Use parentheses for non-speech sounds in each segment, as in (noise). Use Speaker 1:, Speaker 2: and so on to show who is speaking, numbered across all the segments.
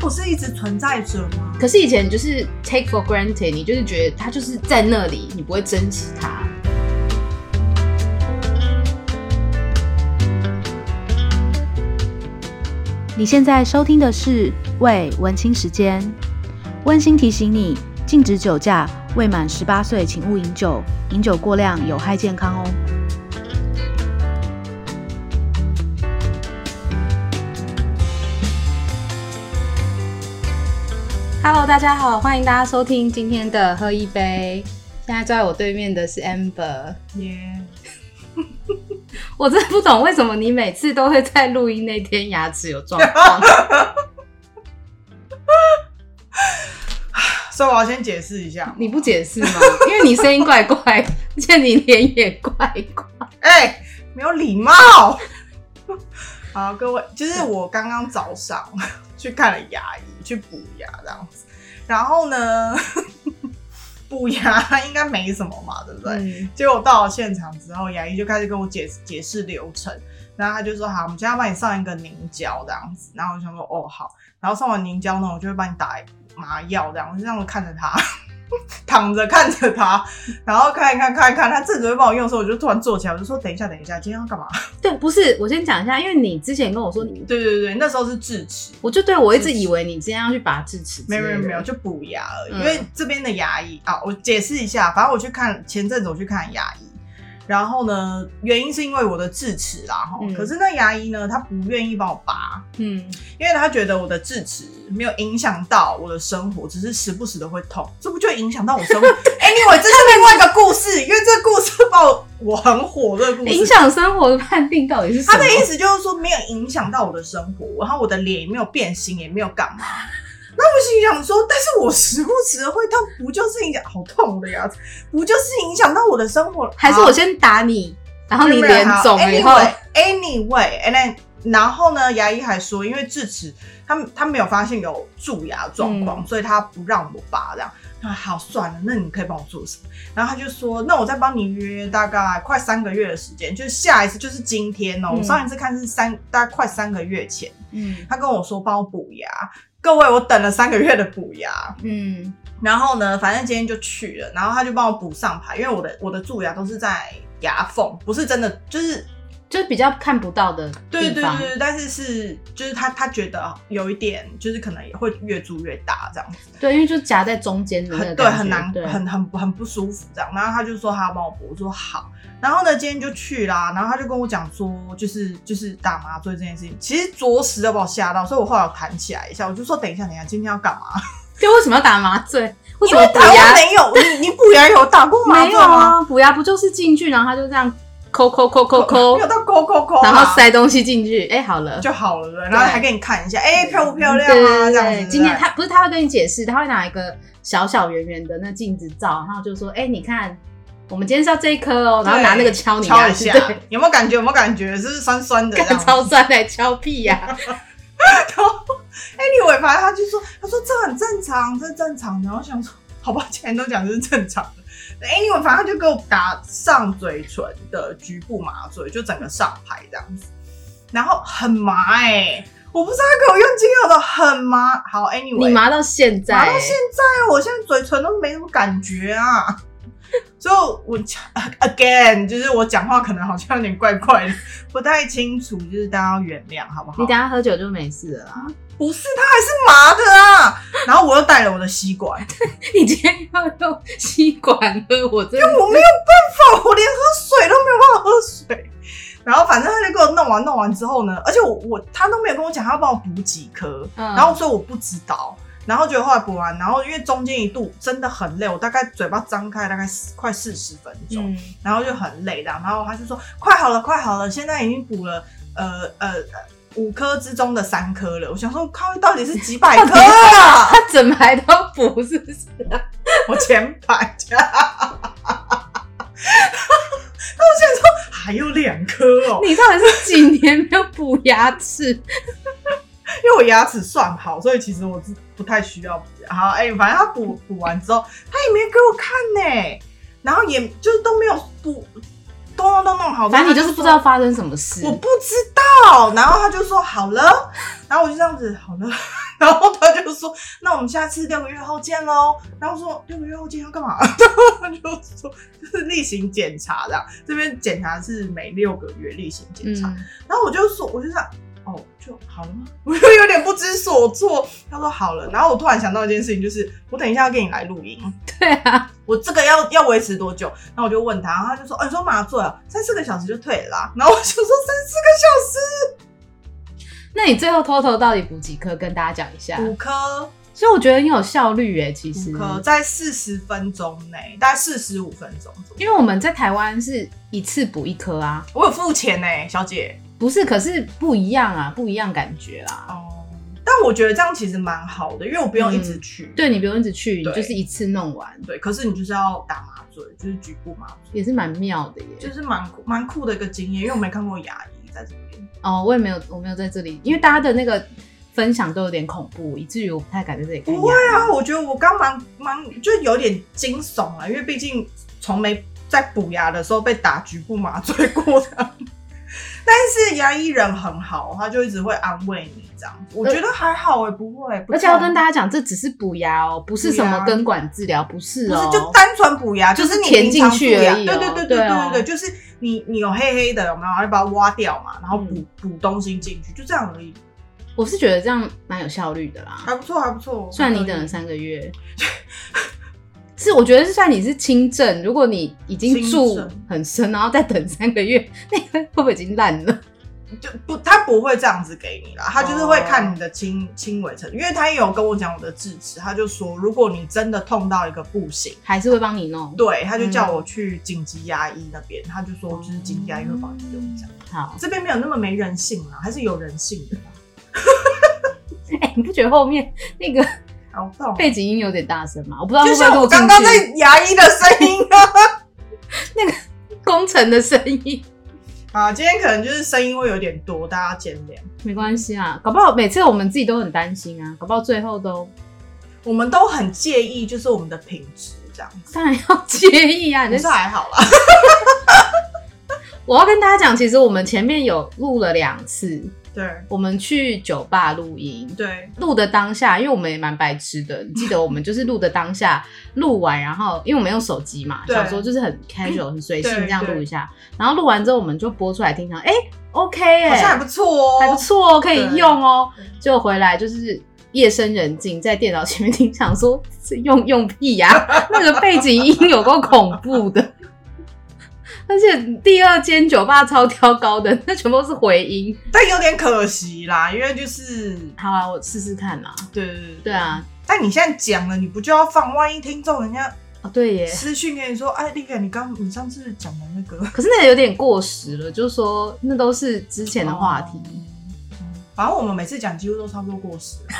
Speaker 1: 不是一直存在着吗？
Speaker 2: 可是以前你就是 take for granted，你就是觉得它就是在那里，你不会珍惜它。
Speaker 3: 你现在收听的是《为文青时间》，温馨提醒你：禁止酒驾，未满十八岁请勿饮酒，饮酒过量有害健康哦。
Speaker 2: Hello，大家好，欢迎大家收听今天的喝一杯。现在坐在我对面的是 Amber，
Speaker 1: 耶、
Speaker 2: 我真的不懂为什么你每次都会在录音那天牙齿有状 (laughs) 况。
Speaker 1: 所以我要先解释一下，
Speaker 2: 你不解释吗？因为你声音怪怪，而且你脸也怪怪。
Speaker 1: 哎、没有礼貌。 (laughs) 好，各位，就是我刚刚早上 (laughs) 去看了牙医，去补牙这样子。然后呢， (laughs) 补牙应该没什么嘛，对不对？
Speaker 2: 嗯，
Speaker 1: 结果到了现场之后，牙医就开始跟我解解释流程，然后他就说：“好，我们现在帮你上一个凝胶这样子。”然后我想说：“哦，好。”然后上完凝胶呢，我就会帮你打麻药这样，我就这样看着他， (laughs) 躺着看着他，然后看一看看一看，他正准备帮我用的时候，我就突然坐起来，我就说：“等一下，等一下，今天要干嘛，
Speaker 2: 对，不是，我先讲一下，因为你之前跟我说你？”
Speaker 1: 对对对，那时候是智齿，
Speaker 2: 我就对我一直以为你今天要去拔智齿之
Speaker 1: 没
Speaker 2: 类
Speaker 1: 有
Speaker 2: 的，
Speaker 1: 没有没有，就补牙而已。
Speaker 2: 嗯
Speaker 1: 因为这边的牙医啊，我解释一下，反正我去看前阵子我去看牙医，然后呢，原因是因为我的智齿啦哈、
Speaker 2: 嗯
Speaker 1: 可是那牙医呢，他不愿意帮我拔，
Speaker 2: 嗯，
Speaker 1: 因为他觉得我的智齿没有影响到我的生活，只是时不时的会痛，这不就影响到我
Speaker 2: (laughs)
Speaker 1: 生活？Anyway，这是另外一个故事，因为这故事把我我很火，这个故事
Speaker 2: 影响生活的判定到底是什么？
Speaker 1: 他的意思就是说没有影响到我的生活，然后我的脸也没有变形，也没有干嘛。那我心想说，但是我时不时地会痛，不就是影响好痛的呀？不就是影响到我的生活？
Speaker 2: 还是我先打你，然后你脸肿了以后，
Speaker 1: ？Anyway，and then 然后呢，牙医还说，因为智齿他他没有发现有蛀牙状况，
Speaker 2: 嗯
Speaker 1: 所以他不让我拔这样。啊，好，算了，那你可以帮我做什么？然后他就说，那我再帮你约大概快三个月的时间，就是下一次就是今天哦、
Speaker 2: 嗯
Speaker 1: 我上一次看是三，大概快三个月前，
Speaker 2: 嗯
Speaker 1: 他跟我说帮我补牙。各位，我等了三个月的补牙，
Speaker 2: 嗯
Speaker 1: 然后呢，反正今天就去了，然后他就帮我补上排，因为我的我的蛀牙都是在牙缝，不是真的，就是
Speaker 2: 就是比较看不到的地方。
Speaker 1: 对对对对，但是是就是他他觉得哦有一点，就是可能也会越蛀越大这样子，
Speaker 2: 对因为就夹在中间的那
Speaker 1: 很
Speaker 2: 个感
Speaker 1: 对
Speaker 2: 觉，
Speaker 1: 很难
Speaker 2: 对
Speaker 1: 很很很不舒服这样，然后他就说他要帮我补，我说好，然后呢今天就去啦，然后他就跟我讲说就是就是打麻醉这件事情，其实着实的把我吓到，所以我后来有弹起来一下，我就说等一下等一下，今天要干嘛？
Speaker 2: 对，为什么要打麻醉？为
Speaker 1: 因
Speaker 2: 什么
Speaker 1: 为
Speaker 2: 补
Speaker 1: 台湾
Speaker 2: 牙
Speaker 1: 没有你你补牙有打过麻
Speaker 2: 没
Speaker 1: 醉
Speaker 2: 有
Speaker 1: 吗？
Speaker 2: 啊？补牙不就是进去，然后他就这样抠抠抠抠抠
Speaker 1: 没有，到抠抠抠啊，
Speaker 2: 然后塞东西进去，哎，好了。
Speaker 1: 就好了，对不对
Speaker 2: 对
Speaker 1: 然后还给你看一下，哎、漂不漂亮
Speaker 2: 对
Speaker 1: 啊？
Speaker 2: 对对
Speaker 1: 这样子
Speaker 2: 对
Speaker 1: 对不对。
Speaker 2: 今天他不是他会跟你解释，他会拿一个小小圆圆的那镜子照，然后就说：“哎、你看，我们今天是要这一颗哦。”然后拿那个敲你
Speaker 1: 敲
Speaker 2: 牙
Speaker 1: 一
Speaker 2: 齿，
Speaker 1: 下
Speaker 2: 对，，
Speaker 1: (laughs) 有没有感觉？有没有感觉？是不是酸酸
Speaker 2: (laughs)
Speaker 1: 的这样
Speaker 2: 干
Speaker 1: 子？ (laughs)
Speaker 2: 超酸来敲屁呀、
Speaker 1: anyway，反正他就说，他说这很正常，这正常。然后想说，好吧，既然都讲这是正常的。anyway，反正他就给我打上嘴唇的局部麻醉，就整个上排这样子，然后很麻哎、我不知道他给我用精油的很麻。好，anyway，
Speaker 2: 你麻到现在、欸
Speaker 1: 麻到现在，我现在嘴唇都没什么感觉啊。 (laughs) 所以我讲 again，就是我讲话可能好像有点怪怪的，不太清楚，就是大家要原谅好不好
Speaker 2: 你？等一下喝酒就没事了啦。
Speaker 1: 不是，它还是麻的啊。然后我又带了我的吸管，
Speaker 2: (laughs) 你今天要用吸管喝，我真的
Speaker 1: 我没有办法，我连喝水都没有办法喝水。然后反正他就给我弄完，弄完之后呢，而且我我他都没有跟我讲他要帮我补几颗，
Speaker 2: 嗯
Speaker 1: 然后所以我不知道。然后结果后来补完，然后因为中间一度真的很累，我大概嘴巴张开大概四快四十分钟，
Speaker 2: 嗯，
Speaker 1: 然后就很累这样。然后他就说：“快好了，快好了，现在已经补了呃呃呃五颗之中的三颗了。”我想说，靠，到底是几百
Speaker 2: (laughs)
Speaker 1: 颗啊？(laughs)
Speaker 2: (laughs) 他整排都补是不是？ (laughs)
Speaker 1: 我前排家。 (laughs) 然后我现在说还有两颗哦，
Speaker 2: 你到底是几年没有补牙齿？
Speaker 1: 因为我牙齿算好，所以其实我是不太需要补牙。好，哎、反正他补补完之后，他也没给我看呢、然后也就是都没有补，都弄都弄好，
Speaker 2: 反正你就是不知道
Speaker 1: 他
Speaker 2: 发生什么事
Speaker 1: 说。。我 (laughs) 不知道，然后他就说好了，然后我就这样子好了，然后他就说，那我们下次六个月后见喽。然后说六个月后见要干嘛？ (laughs) 他就说就是例行检查的，这边检查是每六个月例行检查。
Speaker 2: 嗯，
Speaker 1: 然后我就说，我就想，哦，就好了吗？ (laughs) 我就有点不知所措。他说好了，然后我突然想到一件事情，就是我等一下要跟你来录音，
Speaker 2: (laughs) 对啊，
Speaker 1: 我这个要要维持多久？然后我就问他，然后他就说，哦，你说麻醉啊，三四个小时就退了啦、然后我就说三四个
Speaker 2: 那你最后偷偷到底补几颗，跟大家讲一下
Speaker 1: 小时，。五颗，
Speaker 2: 所以我觉得很有效率耶，其实
Speaker 1: 五，颗，在四十分钟内，大概四十五分钟左右。
Speaker 2: 因为我们在台湾是一次补一颗啊，
Speaker 1: 我有付钱呢、小姐。
Speaker 2: 不是，可是不一样啊，不一样感觉啊啦。
Speaker 1: 哦，嗯但我觉得这样其实蛮好的，因为我不用一直去。
Speaker 2: 对你不用一直去，你
Speaker 1: 对
Speaker 2: 就是一次弄完，
Speaker 1: 对，可是你就是要打麻醉，就是局部麻醉，
Speaker 2: 也是蛮妙的耶。
Speaker 1: 就是蛮酷蛮酷的一个经验，因为我没看过牙医在这边。
Speaker 2: 哦，我也没有，我没有在这里，因为大家的那个分享都有点恐怖，以至于我不太敢在这里看牙。
Speaker 1: 不会啊，我觉得我刚蛮蛮就有点惊悚啊，因为毕竟从没在补牙的时候被打局部麻醉过的。但是牙医人很好，他就一直会安慰你这样子，我觉得还好哎、不会。不
Speaker 2: 而且要
Speaker 1: 痛
Speaker 2: 跟大家讲，这只是补牙哦，不是什
Speaker 1: 补
Speaker 2: 么
Speaker 1: 牙
Speaker 2: 根管治疗，不是
Speaker 1: 不
Speaker 2: 哦，
Speaker 1: 是就单纯补牙，
Speaker 2: 就是
Speaker 1: 是你
Speaker 2: 填
Speaker 1: 平常
Speaker 2: 进去
Speaker 1: 蛀牙
Speaker 2: 而已
Speaker 1: 对
Speaker 2: 哦
Speaker 1: 对对对
Speaker 2: 对
Speaker 1: 对
Speaker 2: 哦
Speaker 1: 对，对就是你你有黑黑的，有没有？然后就把它挖掉嘛，然后补
Speaker 2: 嗯
Speaker 1: 补东西进去，就这样而已，
Speaker 2: 我是觉得这样蛮有效率的啦。
Speaker 1: 还不错还不错。
Speaker 2: 算你等
Speaker 1: 还可
Speaker 2: 了
Speaker 1: 以
Speaker 2: 三个月，是我觉得是算你是轻症。如果你已经
Speaker 1: 轻
Speaker 2: 住
Speaker 1: 症
Speaker 2: 很深，然后再等三个月，那个会不会已经烂了？
Speaker 1: 就不，他不会这样子给你啦，他就是会
Speaker 2: 哦
Speaker 1: 看你的轻轻微程度，因为他也有跟我讲我的智齿，他就说如果你真的痛到一个不行，
Speaker 2: 还是会帮你弄？
Speaker 1: 对，他就叫我去紧急牙医那边，他就说就是紧急牙医会帮你用这样，
Speaker 2: 好，
Speaker 1: 这边没有那么没人性啊啦，还是有人性的啦，
Speaker 2: 哎、你不觉得后面那个
Speaker 1: 好痛。
Speaker 2: 背景音有点大声吗？我不知道会
Speaker 1: 就
Speaker 2: 不会
Speaker 1: 像
Speaker 2: 录
Speaker 1: 我
Speaker 2: 进
Speaker 1: 刚刚在
Speaker 2: 去
Speaker 1: 牙医的声音 (laughs) 啊，
Speaker 2: 工程的声音。
Speaker 1: 啊，今天可能就是声音会有点多，大家见谅。
Speaker 2: 没关系啊，搞不好每次我们自己都很担心啊，搞不好最后都
Speaker 1: 我们都很介意，就是我们的品质这样子，
Speaker 2: 当然要 (laughs) 介意啊。你
Speaker 1: 可是
Speaker 2: 在
Speaker 1: 还好啦。
Speaker 2: 我要跟大家讲，其实我们前面有录了两次，
Speaker 1: 对
Speaker 2: 我们去酒吧录音。
Speaker 1: 对，
Speaker 2: 录的当下，因为我们也蛮白痴的，你记得我们就是录的当下，录完然后因为我们用手机嘛，
Speaker 1: 对
Speaker 2: 想说就是很 casual 很随性
Speaker 1: 对
Speaker 2: 这样录
Speaker 1: 对
Speaker 2: 一下，然后录完之后我们就播出来听，想哎、OK 哎、
Speaker 1: 好像还不错哦，
Speaker 2: 还不错哦，可以
Speaker 1: 对
Speaker 2: 用哦
Speaker 1: 对。
Speaker 2: 就回来就是夜深人静，在电脑前面听，想说是用用屁呀、 (laughs) 那个背景音有够恐怖的。 (laughs) 而且第二间酒吧超挑高的，那全部都是回音。
Speaker 1: 但有点可惜啦，因为就是
Speaker 2: 好啊，我试试看啦。
Speaker 1: 对对对
Speaker 2: 对。啊，
Speaker 1: 但你现在讲了，你不就要放？万一听众人家
Speaker 2: 哦对耶，
Speaker 1: 私讯给你说，哎，丽远，你刚你上次讲的那个
Speaker 2: 可是那个有点过时了，就是说那都是之前的话题。
Speaker 1: 嗯反正我们每次讲几乎都差不多过时
Speaker 2: (laughs)
Speaker 1: 啦，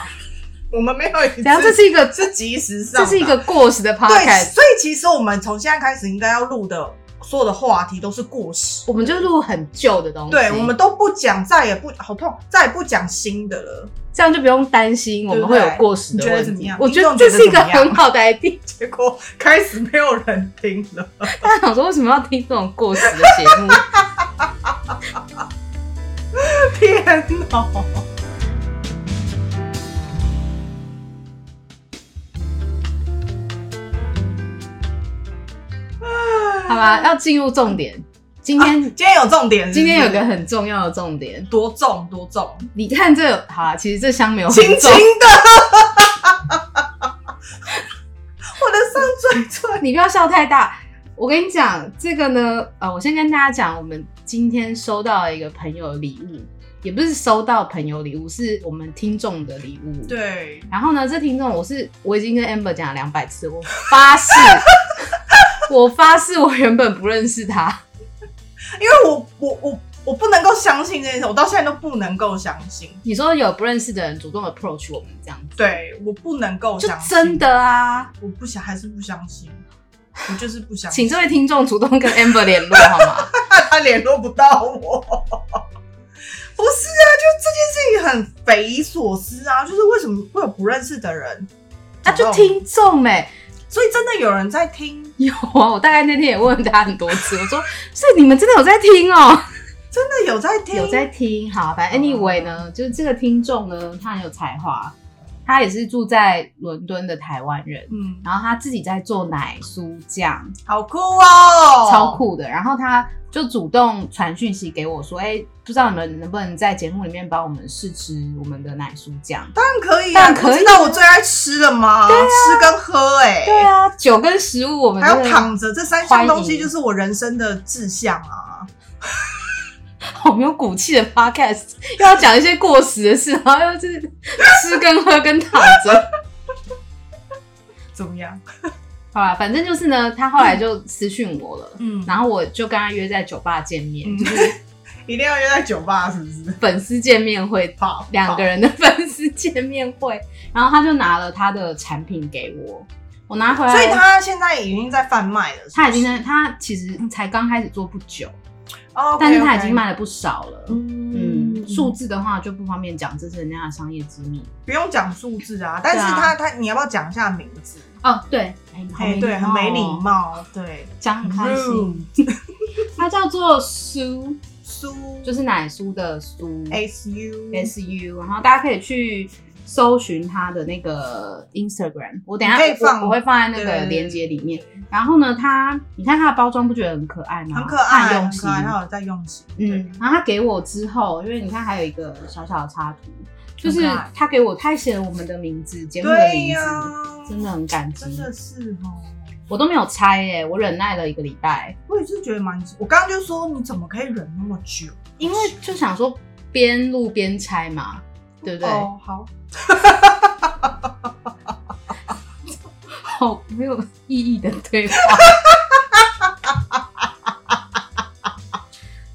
Speaker 1: 我们没有一次
Speaker 2: 然后这是一个
Speaker 1: 是及时上
Speaker 2: 这
Speaker 1: 的，
Speaker 2: 是一个过时的
Speaker 1: 对，
Speaker 2: podcast，
Speaker 1: 所以其实我们从现在开始应该要录的所有的话题都是过时，
Speaker 2: 我们就录很旧的东西。
Speaker 1: 对，我们都不讲，再也不好痛，再也不讲新的了。
Speaker 2: 这样就不用担心我们会有过时的
Speaker 1: 对不对
Speaker 2: 问
Speaker 1: 你觉得怎么
Speaker 2: 题
Speaker 1: 样。
Speaker 2: 我觉得
Speaker 1: 听众
Speaker 2: 这是一
Speaker 1: 觉得
Speaker 2: 个
Speaker 1: 怎么样
Speaker 2: 很好的 idea。 (laughs)
Speaker 1: 结果开始没有人听了。
Speaker 2: 大家想说为什么要听这种过时的节
Speaker 1: (laughs)
Speaker 2: 目？
Speaker 1: 天哪！
Speaker 2: 好吧，要进入重点。今
Speaker 1: 啊
Speaker 2: 天、
Speaker 1: 今天有重点是不是
Speaker 2: 今天有个很重要的重点，
Speaker 1: 多重多重，
Speaker 2: 你看这好啦，其实这箱没有很
Speaker 1: 轻轻
Speaker 2: 重，
Speaker 1: 的， (laughs) 我的上嘴唇。
Speaker 2: 你不要笑太大。我跟你讲，这个呢，呃，我先跟大家讲，我们今天收到了一个朋友的礼物，也不是收到朋友礼物，是我们听众的礼物。
Speaker 1: 对，
Speaker 2: 然后呢，这听众我是我已经跟 Amber 讲了两百次，我发
Speaker 1: (laughs)
Speaker 2: 誓，我发誓我原本不认识他，
Speaker 1: 因为我我我我不能够相信这件事，我到现在都不能够相信。
Speaker 2: 你说有不认识的人主动 approach 我们这样子，，
Speaker 1: 对，我不能够
Speaker 2: 就
Speaker 1: 相信，
Speaker 2: 真的啊，
Speaker 1: 我不想，还是不相信，我就是不相
Speaker 2: 请
Speaker 1: 信。
Speaker 2: 这位听众主动跟 Amber 联络好
Speaker 1: (laughs)
Speaker 2: 吗？
Speaker 1: 怕他联络不到我。 (laughs) 不是啊，就这件事情很匪夷所思啊！就是为什么会有不认识的人？
Speaker 2: 啊，就，听众哎、
Speaker 1: 所以真的有人在听，
Speaker 2: 有啊，我大概那天也问他很多次，我说是你们真的有在听哦、
Speaker 1: 真的 (laughs) 有在听，
Speaker 2: 有在听，好，反正 anyway 呢，就是这个听众呢，他很有才华，他也是住在伦敦的台湾人，
Speaker 1: 嗯，
Speaker 2: 然后他自己在做奶酥酱，
Speaker 1: 好酷哦，
Speaker 2: 超，酷的。然后他就主动传讯息给我说：“哎、不知道你们能不能在节目里面帮我们试吃我们的奶酥酱
Speaker 1: 当然可以、啊，
Speaker 2: 当然可以
Speaker 1: 你
Speaker 2: 啊
Speaker 1: 知道我最爱吃了吗？吃跟喝、？”哎，
Speaker 2: 对，啊，酒跟食物我们
Speaker 1: 还有
Speaker 2: 真的
Speaker 1: 躺着这三
Speaker 2: 欢
Speaker 1: 项
Speaker 2: 迎
Speaker 1: 东西就是我人生的志向啊。
Speaker 2: 好没有骨气的 podcast，又要讲一些过时的事，然后又是吃跟喝跟躺
Speaker 1: (laughs)
Speaker 2: 着。
Speaker 1: 怎么样？
Speaker 2: 好啦，反正就是呢，他后来就私讯我了。
Speaker 1: 嗯，
Speaker 2: 然后我就跟他约在酒吧见面，
Speaker 1: 嗯
Speaker 2: 就是
Speaker 1: 一定要约在酒吧是不是？
Speaker 2: 粉丝见面会，
Speaker 1: 好，
Speaker 2: 两个
Speaker 1: 人
Speaker 2: 人
Speaker 1: (laughs)
Speaker 2: 的粉丝见面会。然后他就拿了他的产品给我，我拿回来，
Speaker 1: 所以他现在已经在贩卖了是不是
Speaker 2: 他已经在他其实才刚开始做不久，
Speaker 1: 哦，OK，OK，
Speaker 2: 但是他已经卖了不少了。嗯，
Speaker 1: 嗯
Speaker 2: 数字的话就不方便讲，这是人家的商业机密。
Speaker 1: 不用讲数字啊，但是
Speaker 2: 对啊
Speaker 1: 他他你要不要讲一下名字？
Speaker 2: 哦，对，哎好
Speaker 1: 哎，对，
Speaker 2: 貌
Speaker 1: 很嗯没礼
Speaker 2: 哦，
Speaker 1: 貌，对，
Speaker 2: 讲很开心。
Speaker 1: Rude
Speaker 2: 它叫做酥，
Speaker 1: 苏
Speaker 2: 就是奶酥的酥
Speaker 1: S U
Speaker 2: S U，然后大家可以去搜寻它的那个 Instagram，我等一下
Speaker 1: 你可以放
Speaker 2: 我我会放在那个
Speaker 1: 对
Speaker 2: 链接里面。然后呢，它你看它的包装不觉得很可爱吗？
Speaker 1: 很可爱，
Speaker 2: 它很用
Speaker 1: 很可
Speaker 2: 心。
Speaker 1: 爱，他有在用心，
Speaker 2: 嗯，然后他给我之后，因为你看还有一个小小的插图，就是
Speaker 1: 很可爱
Speaker 2: 他给我，他写了我们的名字，节
Speaker 1: 对
Speaker 2: 目的
Speaker 1: 对
Speaker 2: 名字，
Speaker 1: 呀，
Speaker 2: 真的很感激
Speaker 1: 真。的是哦。
Speaker 2: 我都没有猜耶、我忍耐了一个礼拜，
Speaker 1: 我也是觉得蛮，我刚刚就说你怎么可以忍那么久，
Speaker 2: 因为就想说边录边猜嘛，对不对？
Speaker 1: 哦，好，
Speaker 2: 好没有意义的对话。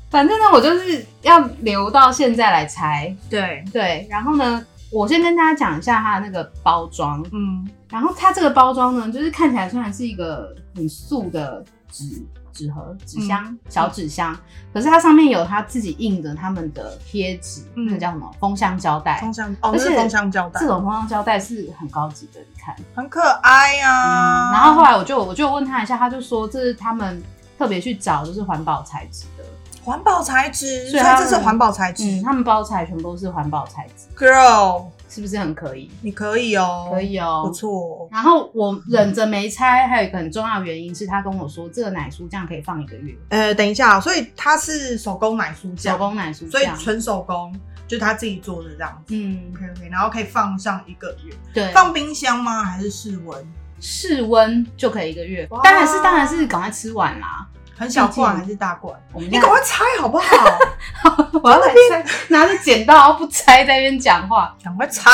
Speaker 2: 反正呢，我就是要留到现在来猜。
Speaker 1: 对，
Speaker 2: 对，然后呢，我先跟大家讲一下它的那个包装。
Speaker 1: 嗯，
Speaker 2: 然后它这个包装呢，就是看起来虽然是一个很素的纸纸盒、纸箱、
Speaker 1: 嗯
Speaker 2: 小纸箱，可是它上面有它自己印的他们的贴纸，
Speaker 1: 嗯
Speaker 2: 那个叫什么封箱胶带。
Speaker 1: 封箱哦，
Speaker 2: 而
Speaker 1: 那
Speaker 2: 且
Speaker 1: 是封箱胶带
Speaker 2: 这，种封箱胶带是很高级的，你看。
Speaker 1: 很可爱呀、啊
Speaker 2: 嗯，然后后来我就我就问他一下，他就说这是他们特别去找就是环保材质的，
Speaker 1: 环保材质，
Speaker 2: 所
Speaker 1: 所
Speaker 2: 以
Speaker 1: 以
Speaker 2: 它
Speaker 1: 这是环保材质、
Speaker 2: 嗯，他们包材全部都是环保材质，
Speaker 1: g i r l
Speaker 2: 是不是很可以？
Speaker 1: 你可以哦，
Speaker 2: 可以哦，
Speaker 1: 不错，
Speaker 2: 然后我忍着没拆，还有一个很重要的原因是他跟我说，这个奶酥酱可以放一个月，
Speaker 1: 呃，等一下，所以它是手工奶酥
Speaker 2: 手
Speaker 1: 酱，
Speaker 2: 工奶酥
Speaker 1: 所以
Speaker 2: 酱，
Speaker 1: 纯手工，就是他自己做的这样子。
Speaker 2: 嗯，
Speaker 1: OK OK，然后可以放上一个月，
Speaker 2: 对，
Speaker 1: 放冰箱吗？还是室温？
Speaker 2: 室温就可以一个月
Speaker 1: 哇，
Speaker 2: 当然是当然是赶快吃完啦。
Speaker 1: 很小罐
Speaker 2: 毕竟
Speaker 1: 还是大罐？
Speaker 2: 我们
Speaker 1: 你
Speaker 2: 现
Speaker 1: 赶
Speaker 2: 在
Speaker 1: 快拆好不好？
Speaker 2: (laughs) 我要在那边拿着剪刀，然后不拆在那边讲话，
Speaker 1: (laughs) 赶快拆！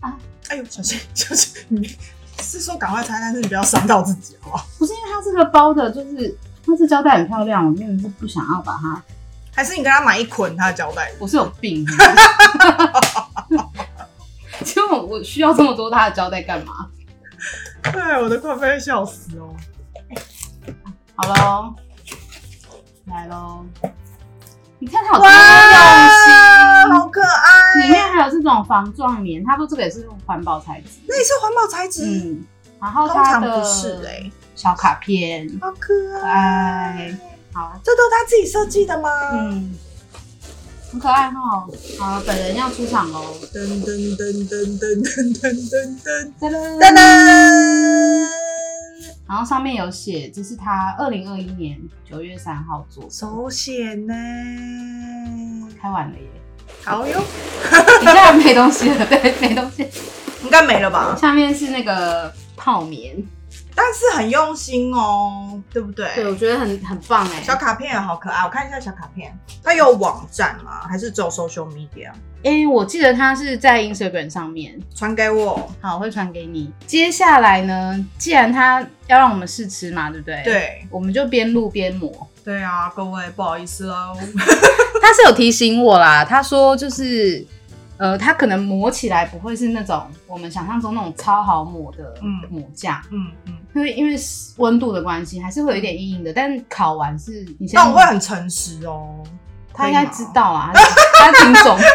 Speaker 2: 啊
Speaker 1: 啊，哎呦，小心小心！你是说赶快拆，但是你不要伤到自己，好不好？
Speaker 2: 不是因为它这个包的，就是它这胶带很漂亮，我真的是不想要把它，
Speaker 1: 还是你跟他买一捆他的胶带？
Speaker 2: 我是有病。 (laughs) 就我我需要这么多它的胶带干嘛？
Speaker 1: 对，哎我都快被笑死哦。
Speaker 2: 好喽，来喽，你看它有多用
Speaker 1: 哇，
Speaker 2: 心
Speaker 1: 好，可爱！
Speaker 2: 里面还有这种防撞棉，他说这个也是环保材质。
Speaker 1: 那也是环保材质，
Speaker 2: 嗯，然后
Speaker 1: 通
Speaker 2: 它
Speaker 1: 常
Speaker 2: 的
Speaker 1: 不是哎，
Speaker 2: 小卡片，
Speaker 1: 好可
Speaker 2: 哎
Speaker 1: 爱。，
Speaker 2: 好，
Speaker 1: 这都他自己设计的吗？
Speaker 2: 嗯，很可爱哈。好，本人要出场喽，
Speaker 1: 噔噔噔噔噔噔噔噔噔
Speaker 2: 噔噔
Speaker 1: 噔噔，
Speaker 2: 然后上面有写，这是他二零二一年九月三号做的，
Speaker 1: 手写呢？
Speaker 2: 开完了耶，
Speaker 1: 好哟，
Speaker 2: 你竟然没东西了，对，没东西。
Speaker 1: 应该没了吧？
Speaker 2: 下面是那个泡棉，
Speaker 1: 但是很用心哦，对不对？
Speaker 2: 对我觉得很很棒哎，
Speaker 1: 小卡片好可爱，我看一下小卡片，它有网站吗？还是只有 social media？
Speaker 2: 哎，我记得他是在 Instagram 上面，
Speaker 1: 传给我。
Speaker 2: 好，我会传给你。接下来呢，既然他要让我们试吃嘛，对不对？，
Speaker 1: 对
Speaker 2: 我们就边录边磨。
Speaker 1: 对啊，各位不好意思喽。
Speaker 2: 他是有提醒我啦，他说就是，呃，他可能磨起来不会是那种我们想象中那种超好磨的
Speaker 1: 嗯
Speaker 2: 磨酱，
Speaker 1: (laughs) 嗯嗯，
Speaker 2: 因为因为温度的关系，还是会有一点阴影的。但烤完是你先，
Speaker 1: 那我会很诚实哦。
Speaker 2: 他应该
Speaker 1: 可以吗
Speaker 2: 知道啊，他他听懂。 (laughs)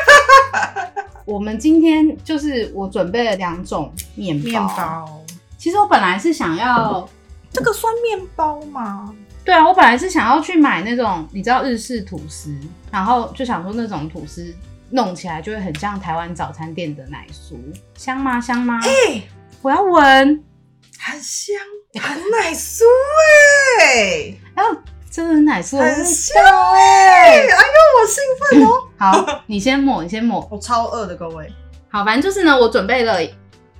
Speaker 2: 我们今天就是我准备了两种面包，
Speaker 1: 面包，
Speaker 2: 其实我本来是想要
Speaker 1: 这个算面包吗？
Speaker 2: 对啊，我本来是想要去买那种你知道日式吐司，然后就想说那种吐司弄起来就会很像台湾早餐店的奶酥，香吗？香吗？
Speaker 1: 哎、
Speaker 2: 我要闻，
Speaker 1: 很香，很奶酥哎、
Speaker 2: 然后真的是奶酥的味
Speaker 1: 很香
Speaker 2: 道
Speaker 1: 哎、
Speaker 2: 哎、
Speaker 1: 哎呦，我兴奋哦！
Speaker 2: 好，你先抹，你先抹。
Speaker 1: 我超饿的，各位。
Speaker 2: 好，反正就是呢，我准备了